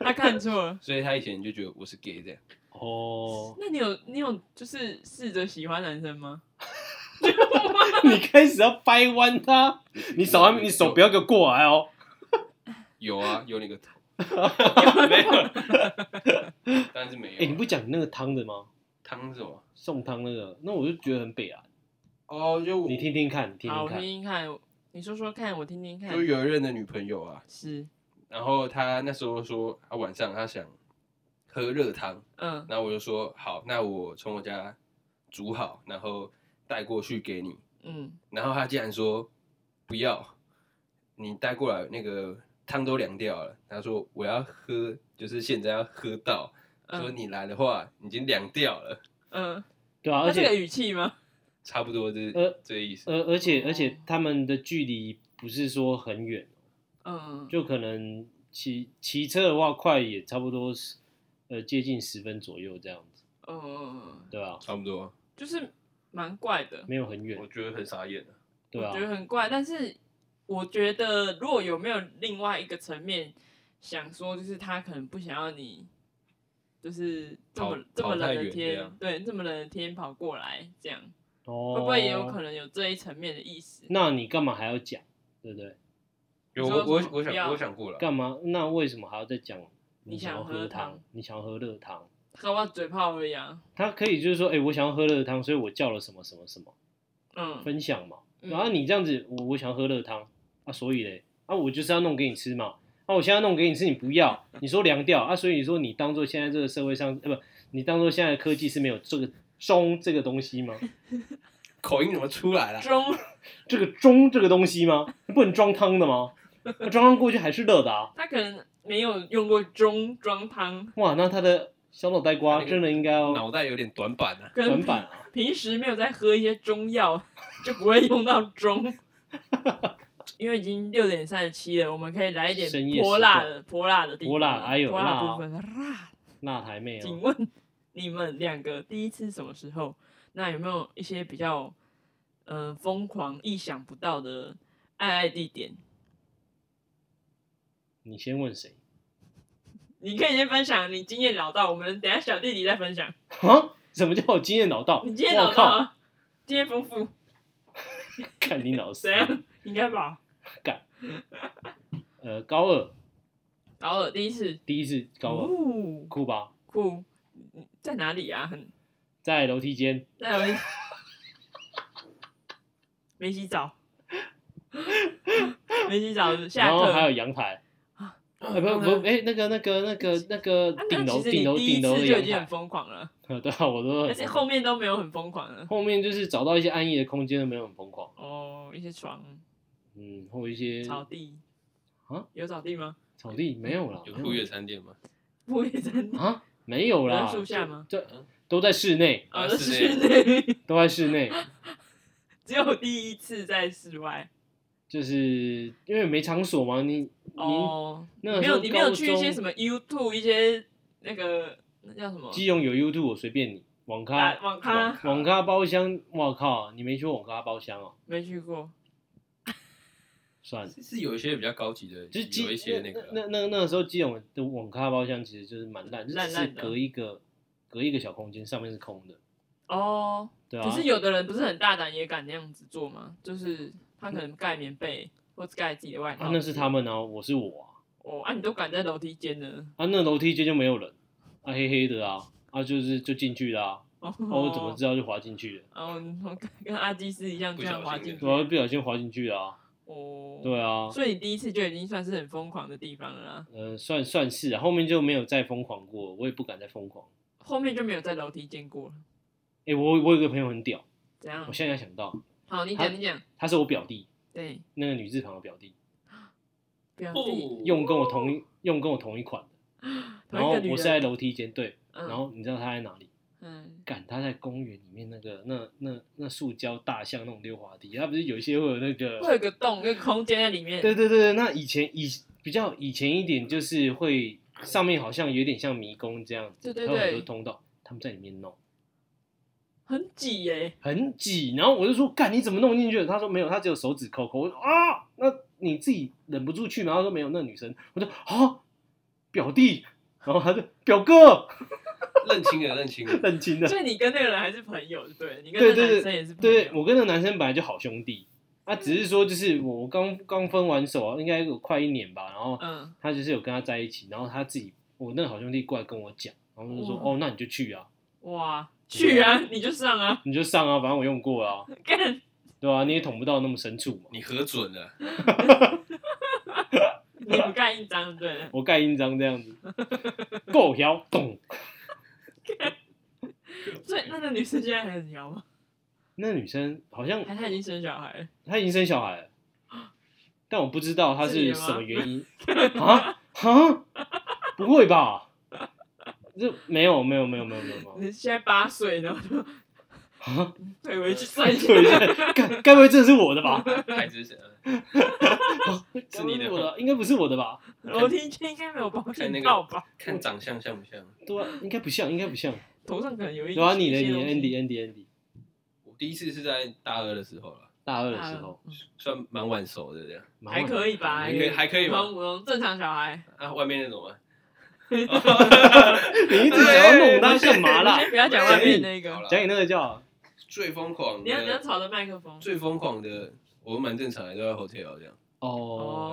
S1: 他看错了。
S3: 所以她以前就觉得我是 gay 这样。
S2: 哦，
S1: 那你有你有就是试着喜欢男生吗？
S2: 你开始要掰弯他，你手还你手不要给我过来哦。
S3: 有 啊，有那个头，
S2: 没有，
S3: 当然是没有啊、
S2: 哎，你不讲那个汤的吗？
S3: 汤是什么？
S2: 送汤那个，那我就觉得很北啊。
S3: 哦，就我
S2: 你听听看，你听
S1: 好，
S2: 听
S1: 我听
S2: 看，
S1: 听看，你说说看，我听听看
S3: 就。有一任的女朋友啊，
S1: 是，
S3: 然后她那时候说，她晚上她想喝热汤，
S1: 嗯
S3: 那我就说好，那我从我家煮好，然后带过去给你。
S1: 嗯，
S3: 然后她竟然说不要，你带过来那个汤都凉掉了。她说我要喝，就是现在要喝到。
S1: 嗯
S3: 说你来的话已经凉掉了，
S1: 嗯，
S2: 对啊，而
S1: 那这
S2: 且
S1: 个语气吗？
S3: 差不多就是
S2: 呃
S3: 这个意思。
S2: 而而且而且
S1: 哦
S2: 他们的距离不是说很远。
S1: 嗯，
S2: 就可能骑骑车的话，快也差不多是呃接近十分左右这样子，
S1: 嗯嗯，
S2: 对吧、
S3: 差不多，
S1: 就是蛮怪的，
S2: 没有很
S3: 我
S2: 远，
S3: 觉得很傻眼啊。
S2: 对吧、
S1: 我觉得很怪。但是我觉得，如果有没有另外一个层面想说，就是他可能不想要你，就是这么
S3: 跑
S1: 这么冷
S3: 跑太
S1: 的
S3: 远这
S1: 天
S3: 样，
S1: 对，这么冷的天跑过来，这样
S2: 哦，
S1: 会不会也有可？能有这一层面的意思？
S2: 那你干嘛还要讲，对不对？
S3: 有
S1: 你
S3: 我
S1: 说什
S3: 我
S1: 么
S3: 我
S1: 不要
S3: 想我想过了，
S2: 干嘛？那为什么还要再讲？
S1: 你想
S2: 要
S1: 喝
S2: 喝
S1: 汤，
S2: 你想要喝热汤，
S1: 搞不好嘴炮而已啊。
S2: 他可以就是说，哎、我想要喝热汤，所以我叫了什么什么什么
S1: 嗯，
S2: 分享嘛。
S1: 嗯
S2: 然后啊你这样子，我我想要喝热汤啊，所以嘞，啊，我就是要弄给你吃嘛。啊，我现在弄给你吃，你不要，你说凉掉啊，所以你说你当做现在这个社会上，呃，不，你当做现在的科技是没有这个钟这个东西吗？
S3: 口音怎么出来了？
S1: 中
S2: 这个钟这个东西吗？你不能装汤的吗？那装汤过去还是热的啊！
S1: 他可能没有用过中装汤，
S2: 哇，那他的小脑袋瓜
S3: 那个
S2: 真的应该要
S3: 脑袋有点短板啊。
S1: 跟
S2: 短板啊！
S1: 平时没有在喝一些中药， 就不会用到 中。因为已经六点三十七了，我们可以来一点
S2: 深夜
S1: 泼辣的、泼辣的地方。
S2: 泼辣哎呦
S1: 泼
S2: 辣
S1: 辣
S2: 啊
S1: 部分辣。
S2: 那台妹
S1: 请
S2: 哦，
S1: 问你们两个第一次什么时候？那有没有一些比较呃疯狂、意想不到的爱爱地点？
S2: 你先问谁
S1: 你可以先分享你经验老道，我们等一下小弟弟再分享。
S2: 啊？什么叫我经验老道？
S1: 你经验
S2: 我
S1: 老道
S2: 靠，
S1: 啊，经验丰富，
S2: 看你老师
S1: 怎， 样？应该吧。
S2: 呃，高二
S1: 老二第一次，
S2: 第一次高二，
S1: 哦
S2: 酷吧？
S1: 酷，嗯在哪里啊？很
S2: 在楼梯间，
S1: 那 有一没洗澡，没洗澡，下
S2: 然后还有
S1: 课啊
S2: 阳台，哎不不哎那个那个那个那个
S1: 啊
S2: 顶
S1: 那
S2: 楼
S1: 其实
S2: 顶楼
S1: 你第
S2: 顶
S1: 一
S2: 楼的啊
S1: 次就
S2: 阳
S1: 已经很
S2: 台，
S1: 疯狂 了，
S2: 对啊，我都
S1: 而且后面都没有很疯狂了。
S2: 后面就是找到一些安逸的空间，都没有很疯狂，
S1: 哦，一些床、
S2: 嗯，或一些
S1: 草地
S2: 啊，
S1: 有草地吗？
S2: 草地没有啦，
S3: 有
S2: 没
S3: 富岳餐店吗？
S1: 不会真的，
S2: 啊没有啦
S1: 有，树下吗？
S2: 这都在室内，
S1: 啊，
S3: 啊
S1: 就是是
S3: 这
S1: 内，
S2: 都在 室内，
S1: 只有第一次在室外。
S2: 就是因为没场所嘛，你你
S1: 哦，
S2: 那个
S1: 没
S2: 时候
S1: 有，你没有
S2: 高
S1: 去一些
S2: 中
S1: 什么 YouTube 一些那个那叫什么
S2: 基隆有 YouTube 我随便你，网
S1: 打
S2: 咖
S1: 嗯网咖？
S2: 网咖包厢，我靠，你没去过网咖包厢哦，
S1: 没去过。
S2: 算了。
S3: 是是有一些比较高级的，
S2: 就是基
S3: 有一些那个
S2: 那
S3: 啦，
S2: 那那个时候基隆的网咖包厢其实就是蛮烂，
S1: 嗯烂
S2: 就是
S1: 烂的
S2: 隔一个隔一个小空间，上面是空的，
S1: 哦，
S2: 对啊。
S1: 可是有的人不是很大胆，也敢那样子做吗？就是他可能盖棉被或者盖自己的外套。
S2: 啊，那是他们啊，我是我啊，
S1: 哦啊，你都敢在楼梯间呢？
S2: 啊那楼梯间就没有人，啊黑黑的啊，啊就是就进去啦、
S1: 哦，
S2: 啊，我怎么 知道就滑进去了？
S1: 哦，你从跟跟阿基斯一样，
S3: 不
S1: 这样
S3: 小
S1: 滑
S3: 心
S1: 进
S3: 的
S1: 去。
S2: 对啊，不小心滑进去啦、啊，
S1: 哦，
S2: 对啊，
S1: 所以你第一次就已经算是很疯狂的地方了啦，
S2: 呃算算是、啊，后面就没有再疯狂过，我也不敢再疯狂。
S1: 后面就没有在楼梯见过了。
S2: 哎、我我有个朋友很屌，
S1: 怎样
S2: 我？现在想啊到，
S1: 好，你
S2: 他
S1: 讲，你讲。
S2: 他是我表弟，
S1: 对，
S2: 那个女字旁的表弟，
S1: 表弟，
S3: 哦
S2: 用跟我同一用跟我同一款的。
S1: 同
S2: 然
S1: 一
S2: 后
S1: 个女
S2: 我是在
S1: 人。
S2: 楼梯间，对，
S1: 嗯
S2: 然后你知道他在哪里？
S1: 嗯，
S2: 干，他在公园里面那个那那那塑胶大象那种溜滑梯，他不是有一些会有那
S1: 会有
S2: 个，
S1: 个洞，一个空间在里面。
S2: 对对对对，那以前以比较以前一点就是会上面好像有点像迷宫这样子，
S1: 对对
S2: 它有很
S1: 对
S2: 多通道，他们在里面弄，
S1: 很挤耶、
S2: 很挤，然后我就说干你怎么弄进去的？他说没有，他只有手指抠抠，我说啊，那你自己忍不住去吗？他说没有，那女生，我说啊，表弟，然后他就表哥，
S3: 认清了，认清了。
S2: 认清的。
S1: 所以你跟那个人还是朋友，对了，你跟
S2: 对
S1: 那
S2: 对
S1: 男
S2: 对
S1: 生也是朋友。
S2: 对我跟那个男生本来就好兄弟，他、只是说就是我刚刚分完手啊，应该有快一年吧，然后
S1: 嗯，
S2: 他就是有跟他在一起，然后他自己我那个好兄弟过来跟我讲，然后就说
S1: 哇
S2: 哦，那你就去啊，
S1: 哇，去啊，你就上啊，
S2: 你就上啊，反正我用过啊，
S1: 干，
S2: 对啊，你也捅不到那么深处嘛。
S3: 你核准 了，
S1: 你不干一张，对了，
S2: 我盖印章这样子，够摇咚。
S1: 所以那个女生现在还很摇吗？
S2: 那女生好像
S1: 还是她已经生小孩了？
S2: 她已经生小孩了，但我不知道她
S1: 是你
S2: 是
S1: 的
S2: 什么
S1: 吗
S2: 原因啊啊，不会吧？这没有没有没有没有没有没有，
S1: 你现在八岁，然后就
S2: 哦 啊，
S1: 退回去算一下。
S2: 对，该该不会这是我的吧？
S3: 孩子是 呃
S2: 该
S3: 是
S2: 不
S3: 你
S2: 是
S3: 的
S2: 我
S3: 吗？
S2: 的，应该不是我的吧？
S1: 楼梯间应该没有保
S3: 看那
S1: 险
S3: 个
S1: 套吧？
S3: 看长相像不像？
S2: 对啊，应该不像，应该不像。
S1: 头上可能有一
S2: 对啊，你的
S1: 一些
S2: 你的
S1: 东西
S2: Andy Andy Andy，
S3: 我第一次是在大二的时候了，
S2: 大二的
S1: 大
S2: 时
S1: 二
S2: 候，
S3: 算蛮晚熟的这样。
S2: 蛮
S1: 啊嗯还
S2: 晚
S1: 可以吧？
S3: 还可以，还可以
S1: 普通
S3: 吗？
S1: 普通正常小孩，
S3: 啊，外面那种 吗？ 哦
S2: 你一直想要弄他干嘛啦
S1: 你？ 先不要讲外面那
S3: 好
S1: 个，
S3: 啦
S2: 讲你那个叫
S3: 最疯狂
S1: 你要你要
S3: 的，
S1: 朝着麦克风。
S3: 最疯狂的，我蛮正常的，都在 hotel 这样。
S2: 哦，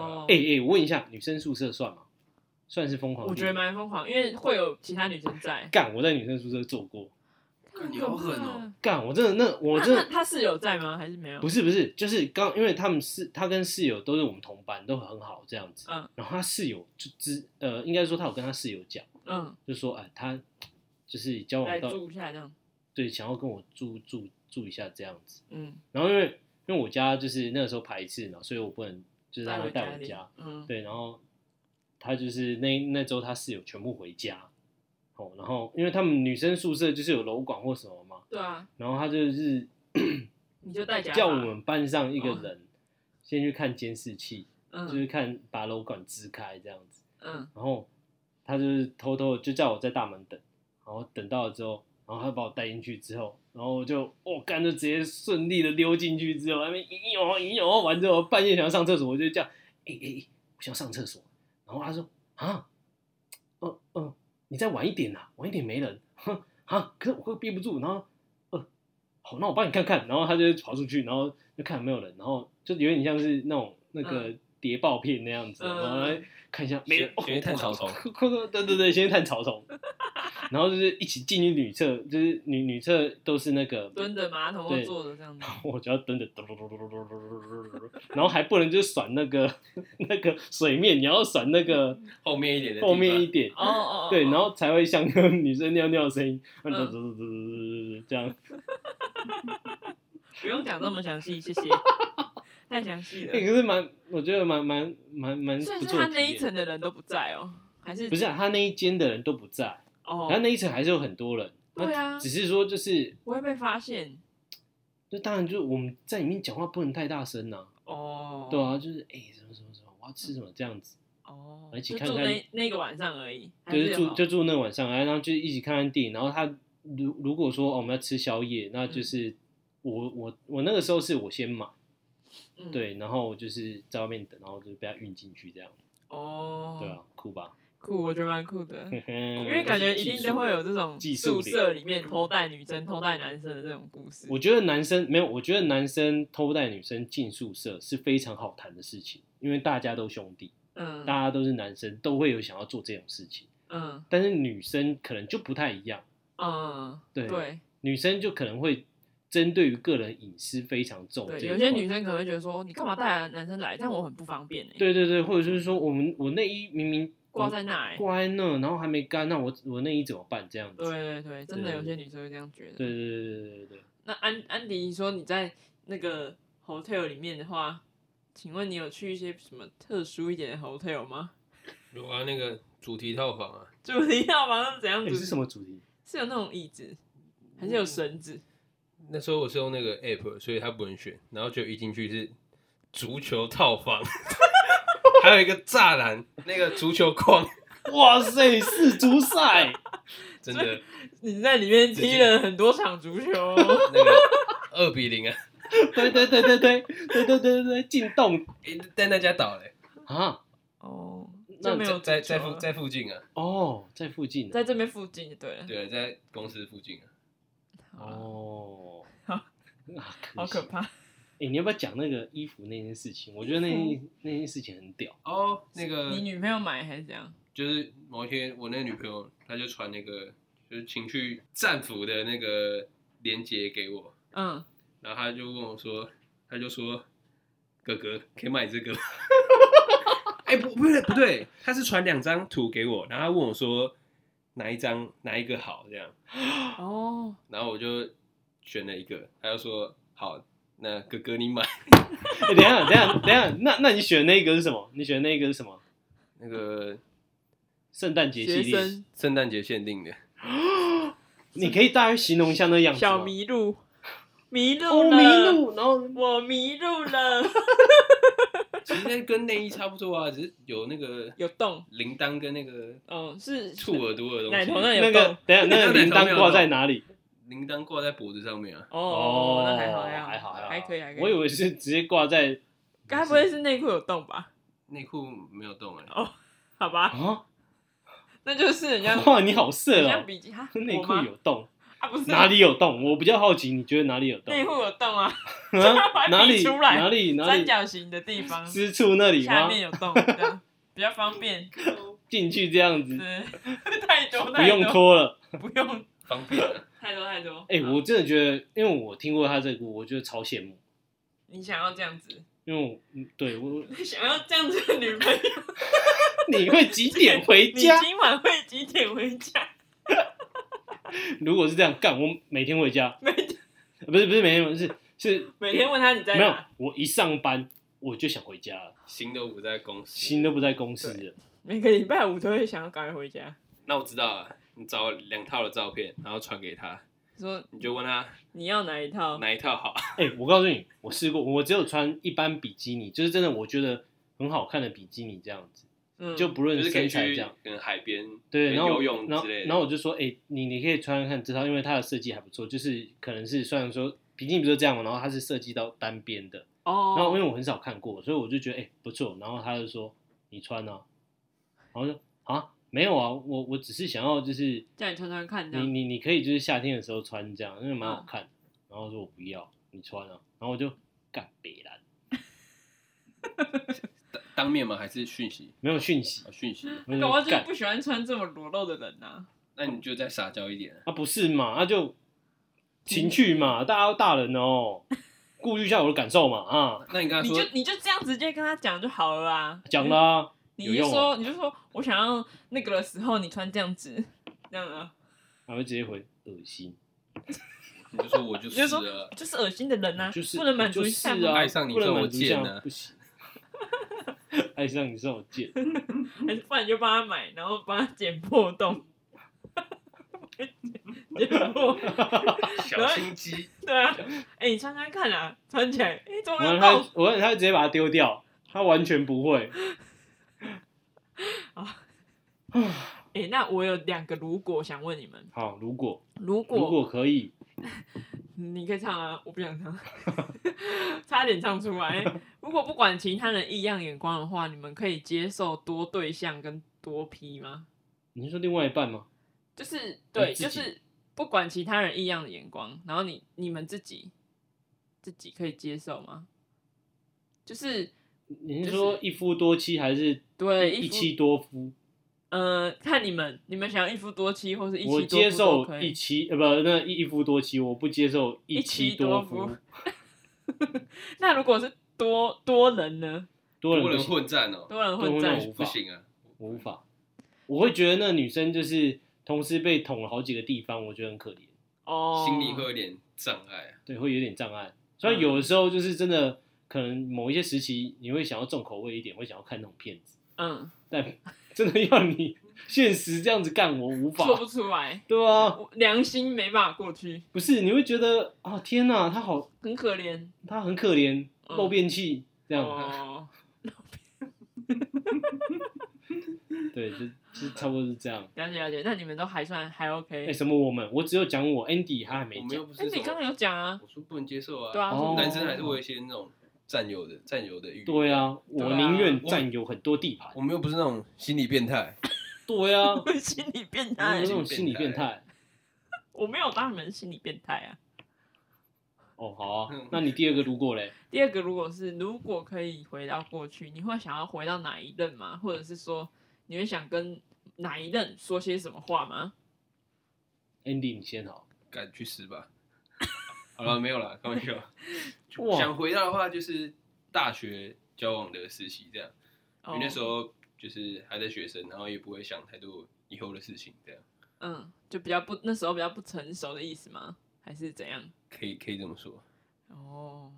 S1: 哦，
S2: 哎哎，我问一下，女生宿舍算吗？算是疯狂的
S1: 我
S2: 地
S1: 觉
S2: 方？
S1: 得蛮疯狂，因为会有其他女生在。
S2: 干，我在女生宿舍做过。
S3: 干你好狠 哦！
S2: 干，我真的那我
S1: 那
S2: 真
S1: 那
S2: 的
S1: 他室友在吗？还是没有？
S2: 不是不是，就是刚因为他们室他跟室友都是我们同班，都很好这样子。
S1: 嗯
S2: 然后他室友就知呃，应该说他有跟他室友讲，
S1: 嗯，
S2: 就说哎，他就是交
S1: 来
S2: 往哦到
S1: 住一下这样。
S2: 对，想要跟我住住住一下这样子。
S1: 嗯，
S2: 然后因为因为我家就是那个时候排斥嘛，所以我不能就是让他带
S1: 带
S2: 我
S1: 回
S2: 家
S1: 家。。嗯，
S2: 对，然后他就是那那周他室友全部回家，哦，然后因为他们女生宿舍就是有楼管或什么嘛，
S1: 对啊，
S2: 然后他就是
S1: 你就带假发哦
S2: 叫我们班上一个人先去看监视器，就
S1: 嗯
S2: 是看把楼管支开这样子。
S1: 嗯，
S2: 然后他就是偷偷就叫我在大门等，然后等到了之后，然后他把我带进去之后，然后我就哦干就直接顺利的溜进去之后，那边咦哦咦哦，完之后半夜想要上厕所，我就叫哎哎哎，我想上厕所，然后他说啊，呃呃，你再晚一点啦，晚一点没人，哼啊，可是我会憋不住，然后呃，好，那我帮你看看，然后他就跑出去，然后就看有没有人，然后就有点像是那种那个谍报片那样子，
S1: 嗯
S2: 然后看一下没人，哦
S3: 先去 探草丛
S2: 快快快对对对，先去探草丛，然后就是一起进去女厕，就是女女厕都是那个
S1: 蹲着马桶或
S2: 对
S1: 坐着这样子，
S2: 我就要蹲着，嘟嘟嘟嘟嘟嘟嘟嘟嘟嘟然后还不能就是甩那个 那个水面，你要甩那个
S3: 后面一点的嗯地
S2: 后面一
S3: 方
S2: 点，
S1: 哦哦，哦
S2: 对，
S1: 哦
S2: 然后才会像那个女生尿尿的声音，嘟
S1: 嗯
S2: 嘟嘟嘟嘟嘟嘟这样。
S1: 不用讲这么详细，谢谢， 太详细
S2: 那
S1: 了。
S2: 欸可是蛮，我觉得蛮蛮蛮蛮
S1: 所以
S2: 不
S1: 是
S2: 错
S1: 他
S2: 的
S1: 那
S2: 体
S1: 一
S2: 验。
S1: 层的人都不在哦，还是
S2: 不是啊他那一间的人都不在，
S1: 哦
S2: 然后？那一层还是有很多人。那
S1: 对啊
S2: 只是说就是，
S1: 不会被发现
S2: 就当然就是我们在里面讲话不能太大声呐，
S1: 哦。
S2: 对啊，就是哎什么什么什么，我要吃什么这样子。
S1: 哦，
S2: 一起
S1: 就
S2: 看
S1: 住
S2: 看
S1: 那那个晚上而已，还
S2: 就是
S1: 有
S2: 住就住那晚上，哎，然后就一起看看电影。然后他如如果说、哦、我们要吃宵夜，那就是、我我我那个时候是我先买，
S1: 嗯
S2: 对，然后我就是在外面等，然后就被他运进去这样，
S1: 哦，
S2: 对啊，嗯酷吧？
S1: 酷，我觉得蛮酷的， 因
S2: 因
S1: 为感觉一定都会有这种
S2: 技
S1: 宿
S2: 术
S1: 舍里面偷带女生、偷带男生的这种故事。
S2: 我觉得男生没有，我觉得男生偷带女生进宿舍是非常好谈的事情，因为大家都兄弟，
S1: 嗯
S2: 大家都是男生，都会有想要做这种事情。
S1: 嗯
S2: 但是女生可能就不太一样，
S1: 嗯，
S2: 对
S1: 对
S2: 女生就可能会针对于个人隐私非常重哦这
S1: 对，
S2: 一块。
S1: 有些女生可能会觉得说，你干嘛带啊男生来？但我很不方便哎，
S2: 对对对，或者就是说我们我内衣明明
S1: 挂在那哎。
S2: 挂在那，然后还没干，那我我内衣怎么办？这样子。
S1: 对对对，真的
S2: 对
S1: 有些女生会这样觉得。
S2: 对对对对对对。
S1: 那安安迪，你说你在那个 hotel 里面的话，请问你有去一些什么特殊一点的 hotel 吗？
S3: 有啊，那个主题套房啊，
S1: 主题套房是怎样
S2: 你、
S1: 子？
S2: 是什么嗯主题？
S1: 是有那种椅子，还是有绳子？
S3: 那时候我是用那个 app，所以它不能选，然后就一进去是足球套房， 还有一个栅栏，那个足球框，
S2: 哇塞，世足赛！
S3: 真的
S1: 你在里面踢了很多场足 球哦，
S3: 那个二比零啊，
S2: 对对对对对对对对对对，进洞
S3: 诶但那家倒了、欸
S2: 啊！
S1: 哦，
S2: 那
S1: 就没有
S3: 在
S1: 足球
S3: 在
S1: 了
S3: 附在附近啊，
S2: 哦，在附近。
S1: 在这边附近就对了。
S3: 对，在公司附近啊，
S1: 好啊，
S2: 哦。啊，
S1: 好可
S2: 惜！
S1: 怕。
S2: 哎、你要不要讲那个衣服那件事情？我觉得那
S1: 衣
S2: 件那件事情很屌。
S3: 哦，那个
S1: 你女朋友买还是怎样？
S3: 就是某一天，我那个女朋友她就传那个就是情趣战服的那个链接给我，
S1: 嗯，
S3: 然后她就问我说，她就说哥哥可以买这个吗？ 哎、不不对不对，她是传两张图给我，然后她问我说哪一张哪一个好这样，
S1: 哦，
S3: 然后我就选了一个，她就说好，那哥哥你买
S2: 欸等一下等一下等一下，那那你选的那个是什么？你选的那个是什么？
S3: 那个
S2: 圣诞节
S1: 学
S2: 系列，
S1: 生
S3: 圣诞节限定的，
S2: 你可以大约形容一下那样子吗
S1: 小麋鹿，迷
S2: 啊哦
S1: 路了，
S2: 迷，路，然后
S1: 我迷路 了，
S3: 其实跟内衣差不多啊，只是有那个
S1: 有洞，
S3: 铃铛跟那个
S1: 哦，是
S3: 兔耳朵的东西。
S1: 奶头那有
S2: 那
S1: 洞
S2: 个，等一下那个铃铛挂在哪里？
S3: 铃铛挂在脖子上面啊，
S1: 哦哦，那还好好
S2: 还
S1: 还
S2: 好还好，
S1: 还可以还可以。
S2: 我以为是直接挂在
S1: 该不会是内裤有洞吧？
S3: 内裤没有动哎、
S1: 哦好吧，
S2: 啊，
S1: 那就是人 家
S2: 哇，你好
S1: 人
S2: 色
S1: 家
S2: 哦，
S1: 笔记哈，
S2: 内
S1: 我
S2: 裤
S1: 吗
S2: 有洞，
S1: 啊，不是
S2: 哪里有洞？我比较好奇，你觉得哪里有洞
S1: 内？裤有洞啊，
S2: 啊哪里
S1: 比出来
S2: 哪里哪
S1: 三
S2: 里？
S1: 角形的地方
S2: 私处那里
S1: 下
S2: 吗？
S1: 面有洞，这样比较方 便。
S2: 进去这样子，
S1: 对，太多
S2: 不
S1: 太
S2: 用
S1: 多，
S2: 脱了。
S1: 不用
S3: 方便、啊。
S1: 太多太多。
S2: 哎，
S1: 好
S2: 我真的觉得，因为我听过他这个故事，我觉得超羡慕。
S1: 你想要这样子，
S2: 因为我嗯对我，
S1: 想要这样子的女朋 友，
S2: 你会几点回
S1: 你
S2: 家？
S1: 今晚会几点回家？
S2: 如果是这样干，我每天回家，
S1: 每天
S2: 呃不是不是每天回家，是是
S1: 每天问他你在
S2: 没有
S1: 哪，，
S2: 我一上班我就想回家了，
S3: 心都不在公司。
S2: 心都不在公司了。
S1: 每个礼拜五都会想要赶快回家。
S3: 那我知道了，你找两套的照片，然后传给他，
S1: 说
S3: 你就问他
S1: 你要哪一套？
S3: 哪一套好。
S2: 哎、我告诉你，我试过，我只有穿一般比基尼，就是真的我觉得很好看的比基尼这样子，
S1: 嗯，
S2: 就不
S3: 就
S2: 论
S3: 是可以
S2: 身材
S3: 去
S2: 这样。
S3: 可能海边
S2: 对，
S3: 跟
S2: 然后
S3: 游泳
S2: 然后
S3: 之类的。
S2: 然后我就说，哎、你你可以穿穿看这套，因为它的设计还不错，就是可能是虽然说比基尼不是这样嘛，然后它是设计到单边的，
S1: 哦，
S2: 然后因为我很少看过，所以我就觉得哎、欸不错。然后他就说你穿啊，然后我就啊没有啊，我我只是想要就是
S1: 叫你穿穿看这
S2: 你
S1: 样。嗯
S2: 你你可以就是夏天的时候穿这样，因为蛮好看。然后我说我不要，你穿啊。然后我就干北蓝，
S3: 当面吗？还是讯息？
S2: 没有讯息
S3: 啊，，讯息。
S2: 我就
S1: 搞不好就是
S2: 干
S1: 不喜欢穿这么裸露的人啊呐、
S3: 那你就再撒娇一点啊。
S2: 啊，不是嘛？啊就情趣嘛，大家都大人 了哦，顾虑一下我的感受嘛啊，
S3: 那你跟他
S1: 你
S3: 说
S1: 就，你就这样直接跟他讲就好了啊。
S2: 讲啦、 啊，
S1: 你
S2: 有
S1: 就
S2: 用
S1: 说、
S2: 啊
S1: 你就说我想要那个的时候，你穿这样子，这样啊，
S2: 还会直接回恶心，
S3: 你就说我就
S1: 你就说
S3: 是了，
S1: 就是恶心的人啊，
S2: 就是
S1: 不能满足
S2: 就
S1: 一
S2: 是
S1: 下吗？
S2: 啊，
S3: 爱上你
S2: 不能
S3: 算
S2: 满
S3: 我
S2: 足一下
S3: 贱啊
S2: 不行， 爱上你算我贱，
S1: 还是不然你就帮他买，然后帮他剪破洞。剪 破，
S3: 小心机。
S1: 对啊，哎、你穿穿看啊，穿起来，哎、怎么
S2: 我
S1: 有
S2: 让他
S1: 洞？，
S2: 我让他直接把它丢掉，他完全不会。
S1: 哎、那我有两个如果想问你们，
S2: 好，如果
S1: 如果
S2: 如果可以，
S1: 你可以唱啊，我不想唱， 差点唱出来。如果不管其他人异样眼光的话，你们可以接受多对象跟多批吗？
S2: 你是说另外一半吗？
S1: 就是对，
S2: 自己
S1: 就是不管其他人异样的眼光，然后你你们自己自己可以接受吗？就是
S2: 你
S1: 就
S2: 是
S1: 是
S2: 说一夫多妻还是
S1: 对夫
S2: 一妻多夫？
S1: 呃，看你们，你们想要一夫多妻或是一妻多
S2: 我
S1: 夫
S2: 接
S1: 都
S2: 受
S1: 可以
S2: 一妻呃不那一一夫多妻，我不接受
S1: 一
S2: 妻
S1: 妻多
S2: 夫
S1: 夫。那如果是多多人呢？
S2: 多人
S3: 多
S2: 不
S3: 人
S2: 行，
S3: 混战哦，
S1: 多人
S2: 多
S1: 混
S2: 人
S1: 战
S2: 混，无法
S3: 不行啊。
S2: 我无法。我会觉得那女生就是同时被捅了好几个地方，我觉得很可怜，
S1: 哦，
S3: 心里会有点障碍啊。
S2: 对，会有点障碍。虽然
S1: 嗯
S2: 有的时候就是真的，可能某一些时期你会想要重口味一点，会想要看那种片子，
S1: 嗯，
S2: 但真的要你 现实这样子干，我无法。
S1: 说不出来。
S2: 对啊，
S1: 我良心没办法过去，
S2: 不是你会觉得啊，天哪，他好，
S1: 很可怜。
S2: 他很可怜，
S1: 嗯
S2: 漏便器这
S3: 嗯
S2: 样，
S1: 哦，
S2: 对，就就差不多是这样。
S1: 了解了解，那你们都还算还
S2: 哎、
S1: OK。
S2: 什么我们？我只有讲我 Andy，他还没
S3: 我们又
S2: 讲。
S3: 不
S1: 哎，
S3: 是什
S1: 你刚刚
S3: 么，
S1: 有讲啊，
S3: 我说不能接受啊。
S1: 对啊
S2: 哦
S3: 男生还是会有一些那种占有的占有的欲。
S2: 对，啊，我
S1: 对啊
S2: 宁愿占有很多地盘
S3: 我。们又不是那种心理变态。
S2: 对啊，
S3: 哦
S2: 我
S1: 心理变
S2: 有
S1: 态
S2: 那，种心理变态。
S1: 我没有当你们心理变态啊。
S2: 哦，好啊
S3: 嗯。
S2: 那你第二个如果嘞？
S1: 第二个，如果是如果可以回到过去，你会想要回到哪一任吗？或者是说，你会想跟哪一任说些什么话吗？
S2: Andy，你先好。
S3: 敢去死吧！好了，没有了，开 玩笑。
S2: 哇
S3: 想回到的话，就是大学交往的时期这样，因为那时
S1: 候，
S3: 候就是还在学生，然后也不会想太多以后的事情，这样
S1: 嗯，就比较不那时候比较不成熟的意思吗？还是怎样？
S3: 可以可以这么说。
S1: 嗯哦，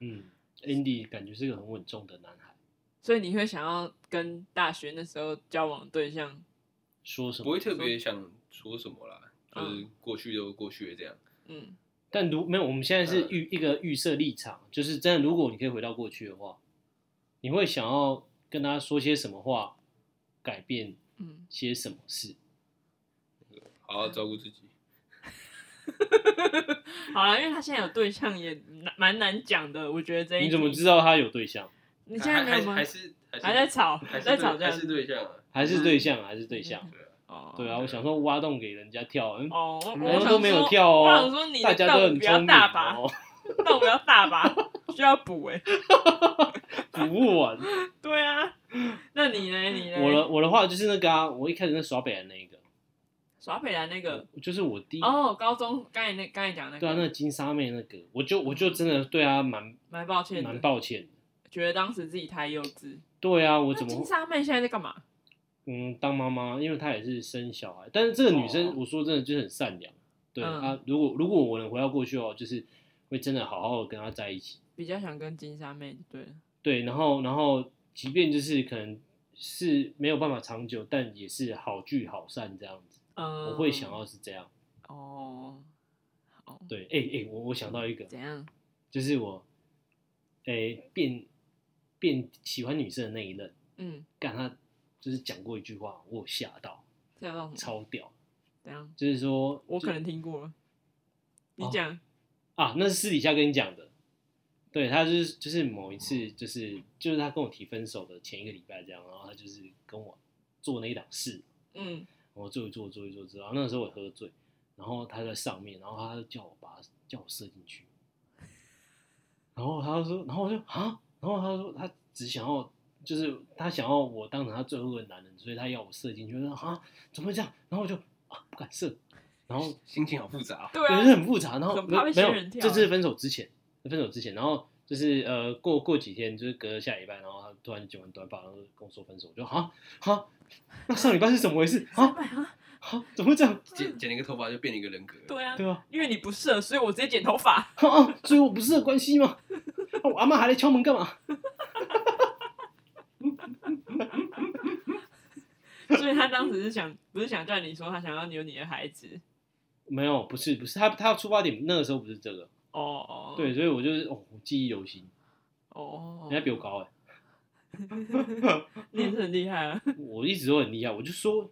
S2: 嗯，Andy 感觉是个很稳重的男孩。
S1: 所以你会想要跟大学那时候交往的对象，
S2: 说什
S3: 不
S2: 么
S3: 会？特别想说什么啦，就是过去都过去了这样。
S1: 嗯，
S2: 但如没有，我们现在
S1: 呃
S2: 是预一个预设立场，就是真的，如果你可以回到过去的话，你会想要跟他说些什么话，改变
S1: 嗯，
S2: 些什么事？
S3: 好好照顾自己，
S1: 好了，因为他现在有对象也难蛮难讲的，我觉得这一
S2: 你怎么
S1: 题
S2: 知道他有对象？
S1: 你现在没
S3: 还
S1: 有吗？
S3: 还是还是
S1: 还在吵，
S3: 还是
S1: 在吵
S3: 对
S1: 架
S3: 还是对象啊？
S2: 还是对象？还是对象？
S1: 哦，
S2: 对啊，我想说挖洞给人家跳，嗯，
S1: 哦，我
S2: 人
S1: 我
S2: 家
S1: 想
S2: 都没有
S1: 说
S2: 跳
S1: 我想
S2: 哦，
S1: 说你
S2: 大
S1: 的
S2: 家都
S1: 洞
S2: 很
S1: 不要
S2: 聪明
S1: 大吧，
S2: 哦，
S1: 洞不要大吧，需要补哎、
S2: 补 不完。
S1: 对啊，那你呢？你呢？
S2: 我的我的话就是那个啊，我一开始那耍北的那一个，
S1: 耍北兰那个
S2: 就是我第一，
S1: 哦，高中刚才那刚才讲那
S2: 嗯对啊，那
S1: 个，
S2: 个金沙妹那个，我就我就真的对他蛮
S1: 蛮抱歉
S2: 蛮
S1: 的，
S2: 抱歉的。
S1: 觉得当时自己太幼稚。
S2: 对啊，我
S1: 那
S2: 怎么
S1: 金
S2: 会
S1: 沙妹现在在干嘛？
S2: 嗯当妈妈？因为她也是生小孩，但是这个女生
S1: 哦
S2: 我说真的就是很善良。对
S1: 嗯
S2: 啊，如果如果我能回到过去哦，就是会真的好好的跟她在一起。
S1: 比较想跟金沙妹，对了，
S2: 对，然后然后即便就是可能是没有办法长久，但也是好聚好散这样子，
S1: 嗯，
S2: 我会想要是这样。
S1: 哦，哦，
S2: 对，哎、哎、我我想到一个，
S1: 怎样？
S2: 就是我，哎、变变喜欢女生的那一任，
S1: 嗯，
S2: 干他就是讲过一句话，我有吓到，
S1: 这样让什么？
S2: 超屌，
S1: 怎样？
S2: 就是说
S1: 我
S2: 就
S1: 可能听过了，你
S2: 哦
S1: 讲，
S2: 啊，那是私底下跟你讲的。对他就是就是某一次就是就是他跟我提分手的前一个礼拜这样，然后他就是跟我做那一档事，
S1: 嗯，
S2: 我坐一坐，坐一坐之后，那个时候我喝醉，然后他在上面，然后他就叫我把叫我射进去，然后他就说，然后我就啊，然后他说他只想要就是他想要我当成他最后一个男人，所以他要我射进去，我说啊怎么会这样？然后我就啊不敢射，然后
S3: 心情好复杂哦。
S1: 对
S2: 对，就是
S1: 啊，
S2: 很复杂。然后
S1: 很
S2: 没
S1: 怕被
S2: 没有
S1: 仙人，跳啊
S2: 这次分手之前，分手之前，然后就是呃，过过几天，就是隔了下礼拜，然后他突然剪完短发，然后跟我说分手，我就哈哈，那上礼拜是怎么回事？啊
S1: 啊，
S2: 哈，怎么会这样？
S3: 剪剪了一个头发就变了一个人格。
S1: 对啊，
S2: 对啊，
S1: 因为你不射，所以我直接剪头发。
S2: 哈啊，所以我不是有关系吗？啊我阿妈还来敲门干嘛？
S1: 所以他当时是想，不是想叫你说他想要你有你的孩子。
S2: 没有，不是不是，他他出发点那个时候不是这个，
S1: 哦哦，
S2: 对，所以我就是哦，我记忆犹新，
S1: 哦，
S2: 人家比我高哎、
S1: 你也是很厉害啊。
S2: 我一直都很厉害，我就说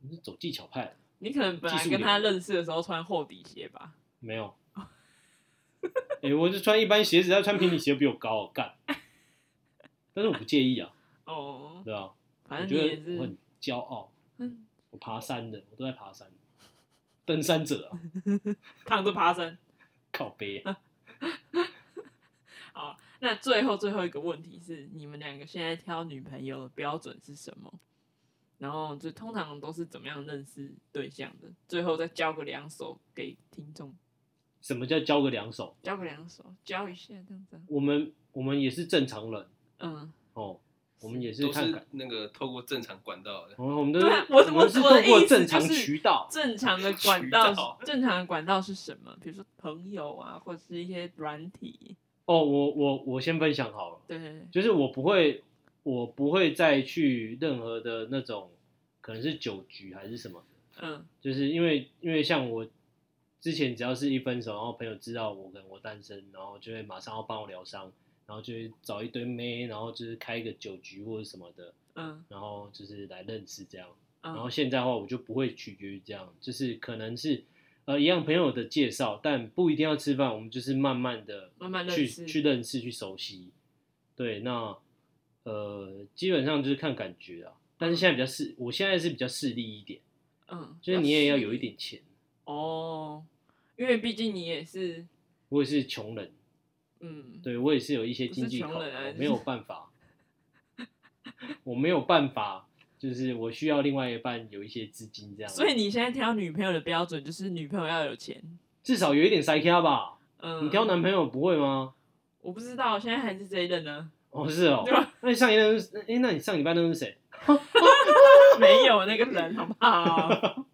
S2: 你是走技巧派，
S1: 你可能本来
S2: 技术
S1: 跟他
S2: 流
S1: 认识的时候穿厚底鞋吧？
S2: 没有。哎、我就穿一般鞋子，他穿平底鞋比我高，干。但是我不介 意啊，
S1: 哦，
S2: 对啊，我
S1: 反正
S2: 觉
S1: 你也
S2: 得我
S1: 是
S2: 很，骄傲，
S1: 嗯，
S2: 我爬山的，我都在爬山，登山者 啊，
S1: 躺着爬山。
S2: 靠背啊、
S1: 好，那最后最后一个问题是，你们两个现在挑女朋友的标准是什么？然后就通常都是怎么样认识对象的？最后再教个两首给听众，
S2: 什么叫交个两手？
S1: 教个两首，教一下这样子啊。
S2: 我们我们也是正常人
S1: 嗯，
S2: 哦，我们也是
S3: 都
S2: 看
S3: 是
S2: 看，
S3: 那个透过正常管 道的。
S2: 我们我们都是
S1: 对啊我
S2: 们是
S1: 我
S2: 透
S1: 我的意
S2: 过
S1: 思
S2: 正常
S1: 就是
S2: 渠道，
S1: 正常 的管道
S3: 渠道
S1: 是，正常的管道是什么？比如说朋友啊，或者是一些软体。
S2: 哦，我我我先分享好了，
S1: 对对对，
S2: 就是我不会，我不会再去任何的那种，可能是酒局还是什么，
S1: 嗯
S2: 就是因为因为像我之前只要是一分手，然后朋友知道我可能我单身，然后就会马上要帮我疗伤，然后就会找一堆妹，然后就是开一个酒局或者什么的，
S1: 嗯
S2: 然后就是来认识这样。然后
S1: 嗯
S2: 现在的话，我就不会取决于这样，就是可能是呃一样朋友的介绍，但不一定要吃饭，我们就是慢慢的
S1: 慢慢认
S2: 去
S1: 识
S2: 去认识、去熟悉。对，那呃基本上就是看感觉啊，但是现在比较势，我现在是比较势利一点，
S1: 嗯，
S2: 就是你也要有一点钱，
S1: 哦，因为毕竟你也是，
S2: 我也是穷人，
S1: 嗯，
S2: 对我也是有一些经济
S1: 不是
S2: 考
S1: 穷人啊
S2: 量，
S1: 就是
S2: 没有办法，我没有办法，就是我需要另外一半有一些资金这样，
S1: 所以你现在挑女朋友的标准就是女朋友要有钱。
S2: 至少有一点塞卡吧。
S1: 嗯，
S2: 你挑男朋友不会吗？
S1: 我不知道，现在还是这一任呢？
S2: 哦，是哦
S1: 对啊吧。
S2: 那你上一任是，哎、那你上礼拜那是谁？
S1: 没有那个人，好不好？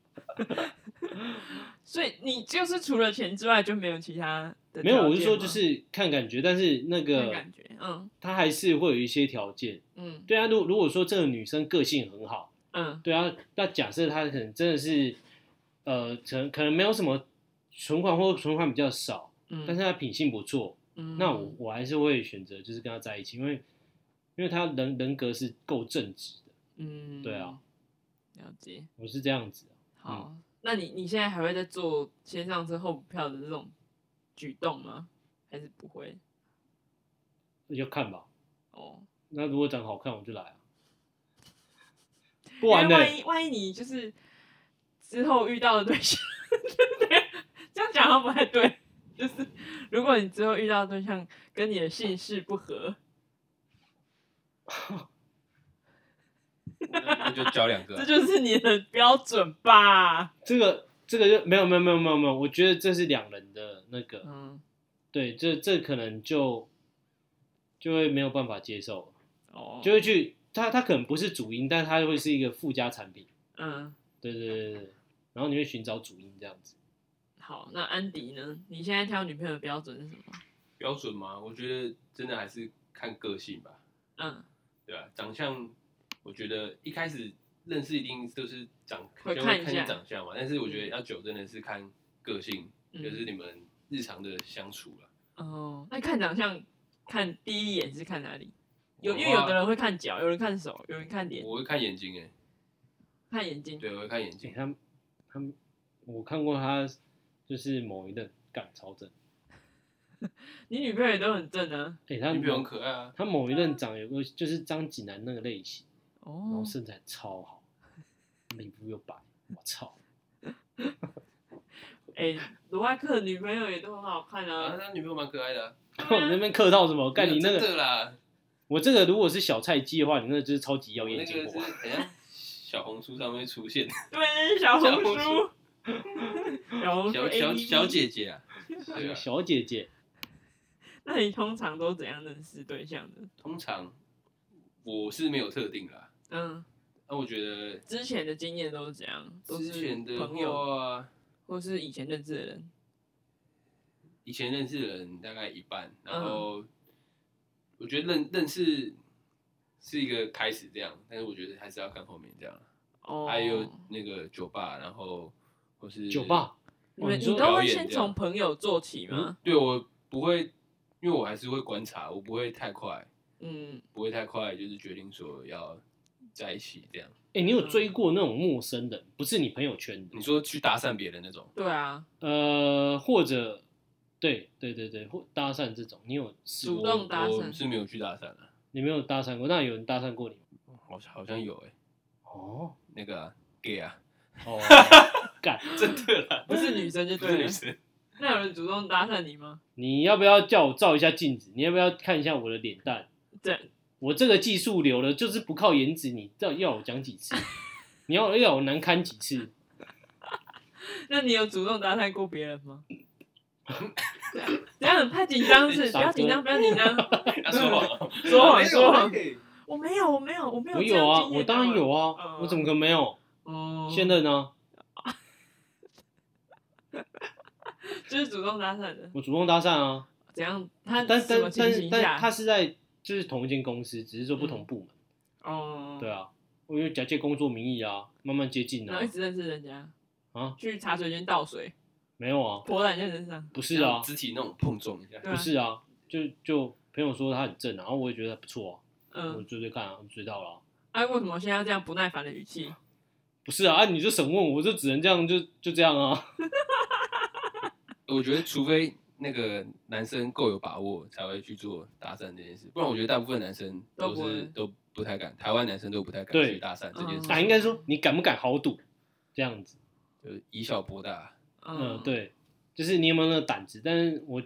S1: 所以你就是除了钱之外就没有其他的条件吗，
S2: 没有，我是说就是看感觉，但是那
S1: 看
S2: 个
S1: 感觉，嗯
S2: 他还是会有一些条件。
S1: 嗯
S2: 对啊，如如果说这个女生个性很好，
S1: 嗯
S2: 对啊，那假设她可能真的是，呃，可能可能没有什么存款或存款比较少，
S1: 嗯，
S2: 但是她品性不错，
S1: 嗯
S2: 那我我还是会选择就是跟她在一起，因为因为她人人格是够正直的，
S1: 嗯
S2: 对啊，嗯
S1: 了解。
S2: 我是这样子。
S1: 好，那你你现在还会在做先上车后补票的这种举动吗？还是不会？
S2: 要看吧，
S1: 哦，
S2: 那如果长得好看我就来啊，不
S1: 因
S2: 玩
S1: 为
S2: 了、
S1: 万一万一你就是之后遇到的对象， 对，这样讲好像不太对。就是如果你之后遇到的对象跟你的姓氏不合，
S3: 那那就交两
S1: 这
S3: 个，
S1: 就是你的标准吧？
S2: 这个这个就没有没有没有没有没有，我觉得这是两人的那个，
S1: 嗯，
S2: 对，这这可能就就会没有办法接受，
S1: 哦，
S2: 就会去他他可能不是主因，但他会是一个附加产品，
S1: 嗯，
S2: 对对对对对，然后你会寻找主因这样子，
S1: 好，那安迪呢？你现在挑女朋友的标准是什么？
S3: 标准吗？我觉得真的还是看个性吧，
S1: 嗯，
S3: 对吧、长相，我觉得一开始认识一定都是长，
S1: 会
S3: 就
S1: 看一
S3: 看
S1: 下
S3: 你长相嘛。但是我觉得要久真的是看个性，
S1: 嗯
S3: 就是你们日常的相处了。
S1: 哦，那看长相，看第一眼是看哪里？有，
S3: 我
S1: 因
S3: 的
S1: 为有
S3: 话
S1: 的人会看脚，有人看手，有人看脸，
S3: 我会看眼睛、欸，
S1: 看眼睛。
S3: 对，我会看眼
S2: 诶
S3: 睛。
S2: 欸他他我看过他就是某一任干超正，
S1: 你女朋友也都很正啊。
S2: 哎、他
S3: 你比我很
S2: 某
S3: 可爱啊，
S2: 他某一任长有个就是张济南那个类型。然后
S1: 哦，
S2: 身材超好，皮肤又白，我操！
S1: 哎、罗艾克的女朋友也都很好看
S3: 啊，
S1: 啊。
S3: 他女朋友蛮可爱的、啊。
S1: 对
S2: 我
S1: 啊
S2: 那边客套什么？干
S3: 没有
S2: 你那
S3: 真
S2: 个
S3: 的啦，
S2: 我这个如果是小菜鸡的话，你那就是超级妖
S3: 那
S2: 艳
S3: 个
S2: 贱
S3: 是
S2: 货。
S3: 等下小红书上面出现
S1: 对，小红
S3: 小 红
S1: 书，小红书
S3: 小小
S1: APP
S3: 小，姐姐啊， 对啊，
S2: 小姐姐，
S1: 那你通常都怎样认识对象的？
S3: 通常我是没有特定啦，
S1: 嗯，
S3: 那我觉得
S1: 之前的经验都是怎样？都
S3: 之
S1: 是
S3: 前的
S1: 朋友，
S3: 话，
S1: 或是以前认识的人。
S3: 以前认识的人大概一半，然
S1: 嗯
S3: 后我觉得认认识是一个开始这样，但是我觉得还是要看后面这样。
S1: 哦，
S3: 还有那个酒吧，然后或是
S2: 酒，吧，
S1: 你
S2: 哦
S1: 们
S2: 你
S1: 你
S2: 说
S1: 都
S3: 表
S1: 会
S3: 演
S1: 先
S3: 这样嗯
S1: 从朋友做起吗？
S3: 对我不会，因为我还是会观察，我不会太快，
S1: 嗯，
S3: 不会太快，就是决定说要在一起这样。
S2: 哎、你有追过那种陌生人，不是你朋友圈的
S3: 你，说去搭讪别人那种，
S1: 对啊，
S2: 呃，或者，对对对对，或搭讪这种，你有试
S1: 主
S2: 过？
S1: 动搭
S3: 我
S1: 讪，
S3: 是没有去搭讪的、
S2: 你没有搭讪过？那有人搭讪过你吗？
S3: 好像好像有哎、
S2: 哦，
S3: 那个、啊、gay 啊，
S2: 哦，干，
S3: 真的啦，
S1: 不是女生就
S3: 呃不是
S1: 对
S3: 女
S1: 了。
S3: 生，
S1: 那有人主动搭讪你吗？
S2: 你要不要叫我照一下镜子？你要不要看一下我的脸蛋？
S1: 对，
S2: 我这个技术流了，就是不靠颜值，你要要我讲几次？你要要我难堪几次？
S1: 那你有主动搭讪过别人 吗？对啊不要很太紧张是，不
S2: 傻
S1: 要
S2: 哥
S1: 紧张，不要紧张。
S3: 他说谎，
S1: 说谎
S3: 没有
S1: 说谎
S3: 欸
S1: 我没有，我没有，我没有
S2: 我
S1: 这样
S2: 有啊，
S1: 经验
S2: 我当然有啊，
S1: 嗯
S2: 我怎么可能没有？
S1: 哦，
S2: 现任啊呢？
S1: 就是主动搭讪的，
S2: 我主动搭讪啊，
S1: 怎样？他
S2: 但
S1: 什
S2: 但
S1: 么情
S2: 但
S1: 形
S2: 但
S1: 下？嗯
S2: 他是在就是同一间公司，只是说不同部门。
S1: 哦，
S2: 对，啊，我就假借工作名义啊，慢慢接近
S1: 然
S2: 啊
S1: 后一。直认识人家，
S2: 啊，
S1: 去茶水间倒水，
S2: 没有啊，
S1: 泼在人家身上，
S2: 不是啊，
S3: 肢体那种碰撞一下，
S1: 对
S2: 不
S1: 啊，
S2: 是啊，就就朋友说他很正啊，然后我也觉得不错啊，我
S1: 嗯，
S2: 追追看啊，追到了啊、
S1: 哎，为什么现在要这样不耐烦的语气？
S2: 不是啊，啊你就审问我，就只能这样，就就这样啊。
S3: 我觉得除非那个男生够有把握，才会去做搭讪这件事，不然我觉得大部分男生都
S1: 都不
S3: 是
S1: 会
S3: 都不太敢，台湾男生都不太敢
S2: 对
S3: 去搭讪这件
S1: 嗯
S3: 事，
S2: 啊，应该说你敢不敢豪赌这样子？
S3: 就是以小博大。
S2: 嗯、
S1: 嗯，，
S2: 对，就是你有没有那个胆子？但是我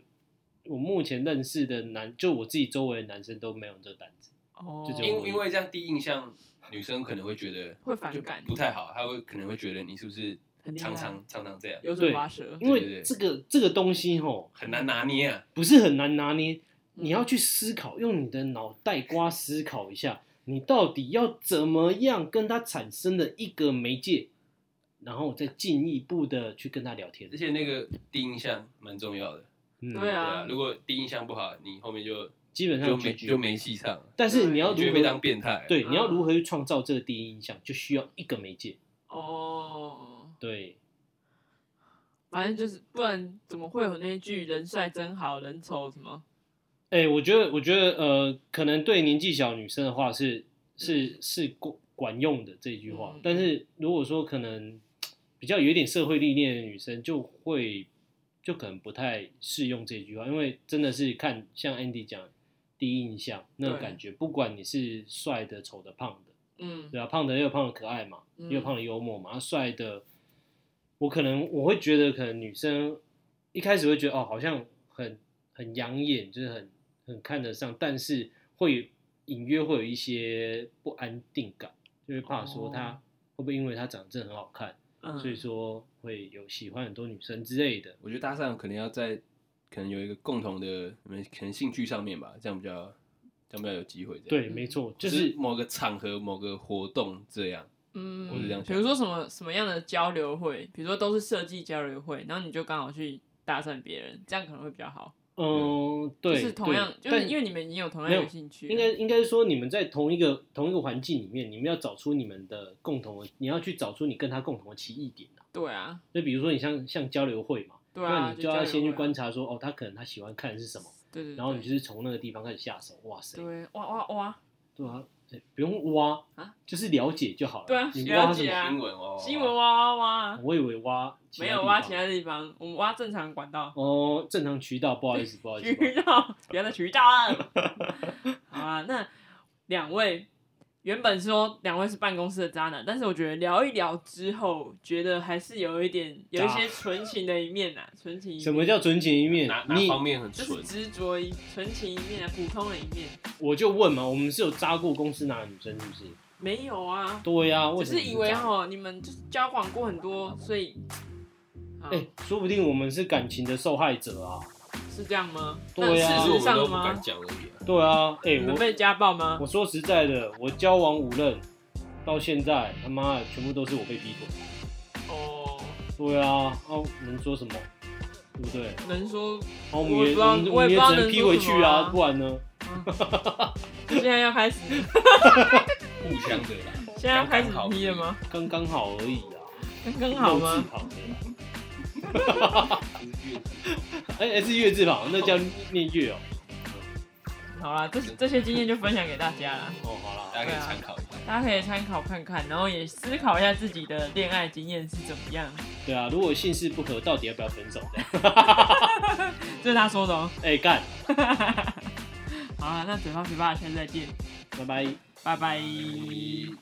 S2: 我目前认识的男，就我自己周围的男生都没有这个胆子。
S1: 哦，
S2: 就这种
S3: 因因为这样第一印象，女生可能会觉得
S1: 会反
S3: 就
S1: 感
S3: 不太好，她会可能会觉得你是不是
S1: 很厉害
S3: 常常常常这样，
S1: 油嘴
S2: 对
S1: 滑舌，
S2: 因
S3: 对对
S2: 为
S3: 对
S2: 这个这个东西吼，
S3: 很难拿捏啊。
S2: 不是很难拿
S1: 嗯
S2: 捏，你要去思考，用你的脑袋瓜思考一下，你到底要怎么样跟他产生的一个媒介，然后再进一步的去跟他聊天
S3: 而。且那个第一印象蛮重要的，
S2: 嗯，
S1: 对
S3: 对
S1: 啊
S3: 啊。如果第一印象不好，你后面就
S2: 基本
S3: 就
S2: 上
S3: 没
S2: GG
S3: 就没戏唱了，
S2: 但是你要
S3: 你就
S2: 如
S3: 会被当
S2: 何
S3: 变态。，
S2: 对，你要
S1: 啊嗯
S2: 如何去创造这个第一印象，就需要一个媒介。
S1: 哦，
S2: 对，
S1: 反正就是，不然怎么会有那一句“人帅真好人丑”什么？
S2: 哎、我觉得，我觉得，呃，可能对年纪小女生的话是是是管管用的这句话，
S1: 嗯
S2: 但是如果说可能比较有一点社会历练的女生，就会就可能不太适用这句话，因为真的是看像 Andy 讲第一印象那种
S1: 对
S2: 感觉，不管你是帅的、丑的、胖的，
S1: 嗯，
S2: 对啊，胖的也有胖的可爱嘛，
S1: 嗯
S2: 也有胖的幽默嘛，啊帅的，我可能我会觉得，可能女生一开始会觉得哦，好像很很养眼，就是很很看得上，但是会有隐约会有一些不安定感，就是怕说
S1: 哦
S2: 她会不会因为她长得真的很好看，
S1: 嗯
S2: 所以说会有喜欢很多女生之类的。
S3: 我觉得搭讪可能要在可能有一个共同的，你们可能兴趣上面吧，这样比较这样比较有机会。这样，
S1: 嗯
S2: 对，没错，就
S3: 就是是某个场合、某个活动这样。
S1: 嗯，
S3: 我是这样想
S1: 比如说什么什么样的交流会，比如说都是设计交流会，然后你就刚好去搭讪别人，这样可能会比较好。
S2: 嗯，对，
S1: 就是同样，就
S2: 对
S1: 是
S2: 但
S1: 因为你们已经有同样
S2: 没有
S1: 的兴趣了，
S2: 应该应该说，你们在同一个同一个环境里面，你们要找出你们的共同的，你要去找出你跟他共同的歧异点啊。
S1: 对啊，
S2: 就比如说，你像像交流会嘛，
S1: 对
S2: 那
S1: 啊，
S2: 你就要
S1: 交流
S2: 先
S1: 会
S2: 去
S1: 啊
S2: 观，察说，哦，他可能他喜欢看的是什么，
S1: 对对，
S2: 然后你
S1: 对
S2: 就是从那个地方开始下手。哇塞，
S1: 对哇哇哇，
S2: 对啊，哎不用挖
S1: 啊，
S2: 就是了解就好了。
S1: 对啊
S2: 你
S1: 了
S2: 挖什
S1: 解
S2: 么？
S1: 啊
S3: 新闻哦，
S1: 新闻哇哇哇，
S2: 我以为挖其他
S1: 没
S2: 地方
S1: 有挖其他地方，我们挖正常管道。
S2: 哦，正常渠道，不好意思，不好 意 思。不好意
S1: 渠
S2: 思
S1: 道，不要再渠道了。好啊，那两位原本说两位是办公室的渣男，但是我觉得聊一聊之后，觉得还是有一点有一些纯情的一面呐、纯情一面
S2: 什么叫纯情一面
S3: 哪？哪
S2: 你
S3: 方面很
S1: 就
S3: 纯
S1: 是？执着一纯情一面啊，普通的一面
S2: 我就问嘛，我们是有扎过公司哪个女生是不是？
S1: 没有啊，
S2: 对呀、为
S1: 只
S2: 什么
S1: 是以为
S2: 扎
S1: 哈你们就是交往过很多，所以啊、
S2: 哎、说不定我们是感情的受害者啊！
S1: 是这样吗？
S2: 对
S1: 那
S2: 啊
S1: 事
S3: 其实我
S1: 实
S3: 们都
S1: 上
S3: 不敢
S1: 吗？
S3: 讲而已啊。
S2: 对啊，哎、
S1: 你们
S2: 我
S1: 被家暴吗？
S2: 我说实在的，我交往五任，到现在他妈的全部都是我被劈腿。
S1: 哦，
S2: 对啊，哦、能说什么？对不对？
S1: 能说
S2: 哦，我们
S1: 我也不
S2: 也
S1: 知道
S2: 我们
S1: 我也
S2: 们也
S1: 不知道
S2: 只能
S1: 能
S2: 劈
S1: 说
S2: 回
S1: 什么
S2: 去啊，
S1: 啊
S2: 不然呢？
S1: 现在要开始，
S3: 互相的啦，
S1: 现在要开始
S3: 刚刚好
S1: 批了吗？
S2: 刚刚好而已啊，
S1: 刚刚好
S2: 月
S1: 吗
S2: 字？旁的啦
S3: 就是越
S2: 哎、哎是月字旁，那叫念月哦、
S1: 好啦，这这些经验就分享给大家啦，
S2: 哦，好啦，
S3: 大家可以参考一下。
S1: 大家可以参考看看，然后也思考一下自己的恋爱经验是怎么样。
S2: 对啊，如果姓氏不合，到底要不要分手？
S1: 这是他说的哦。
S2: 哎、干，
S1: 好啦，那嘴巴嘴巴，下次再见，
S2: 拜拜。
S1: 拜拜。
S3: 一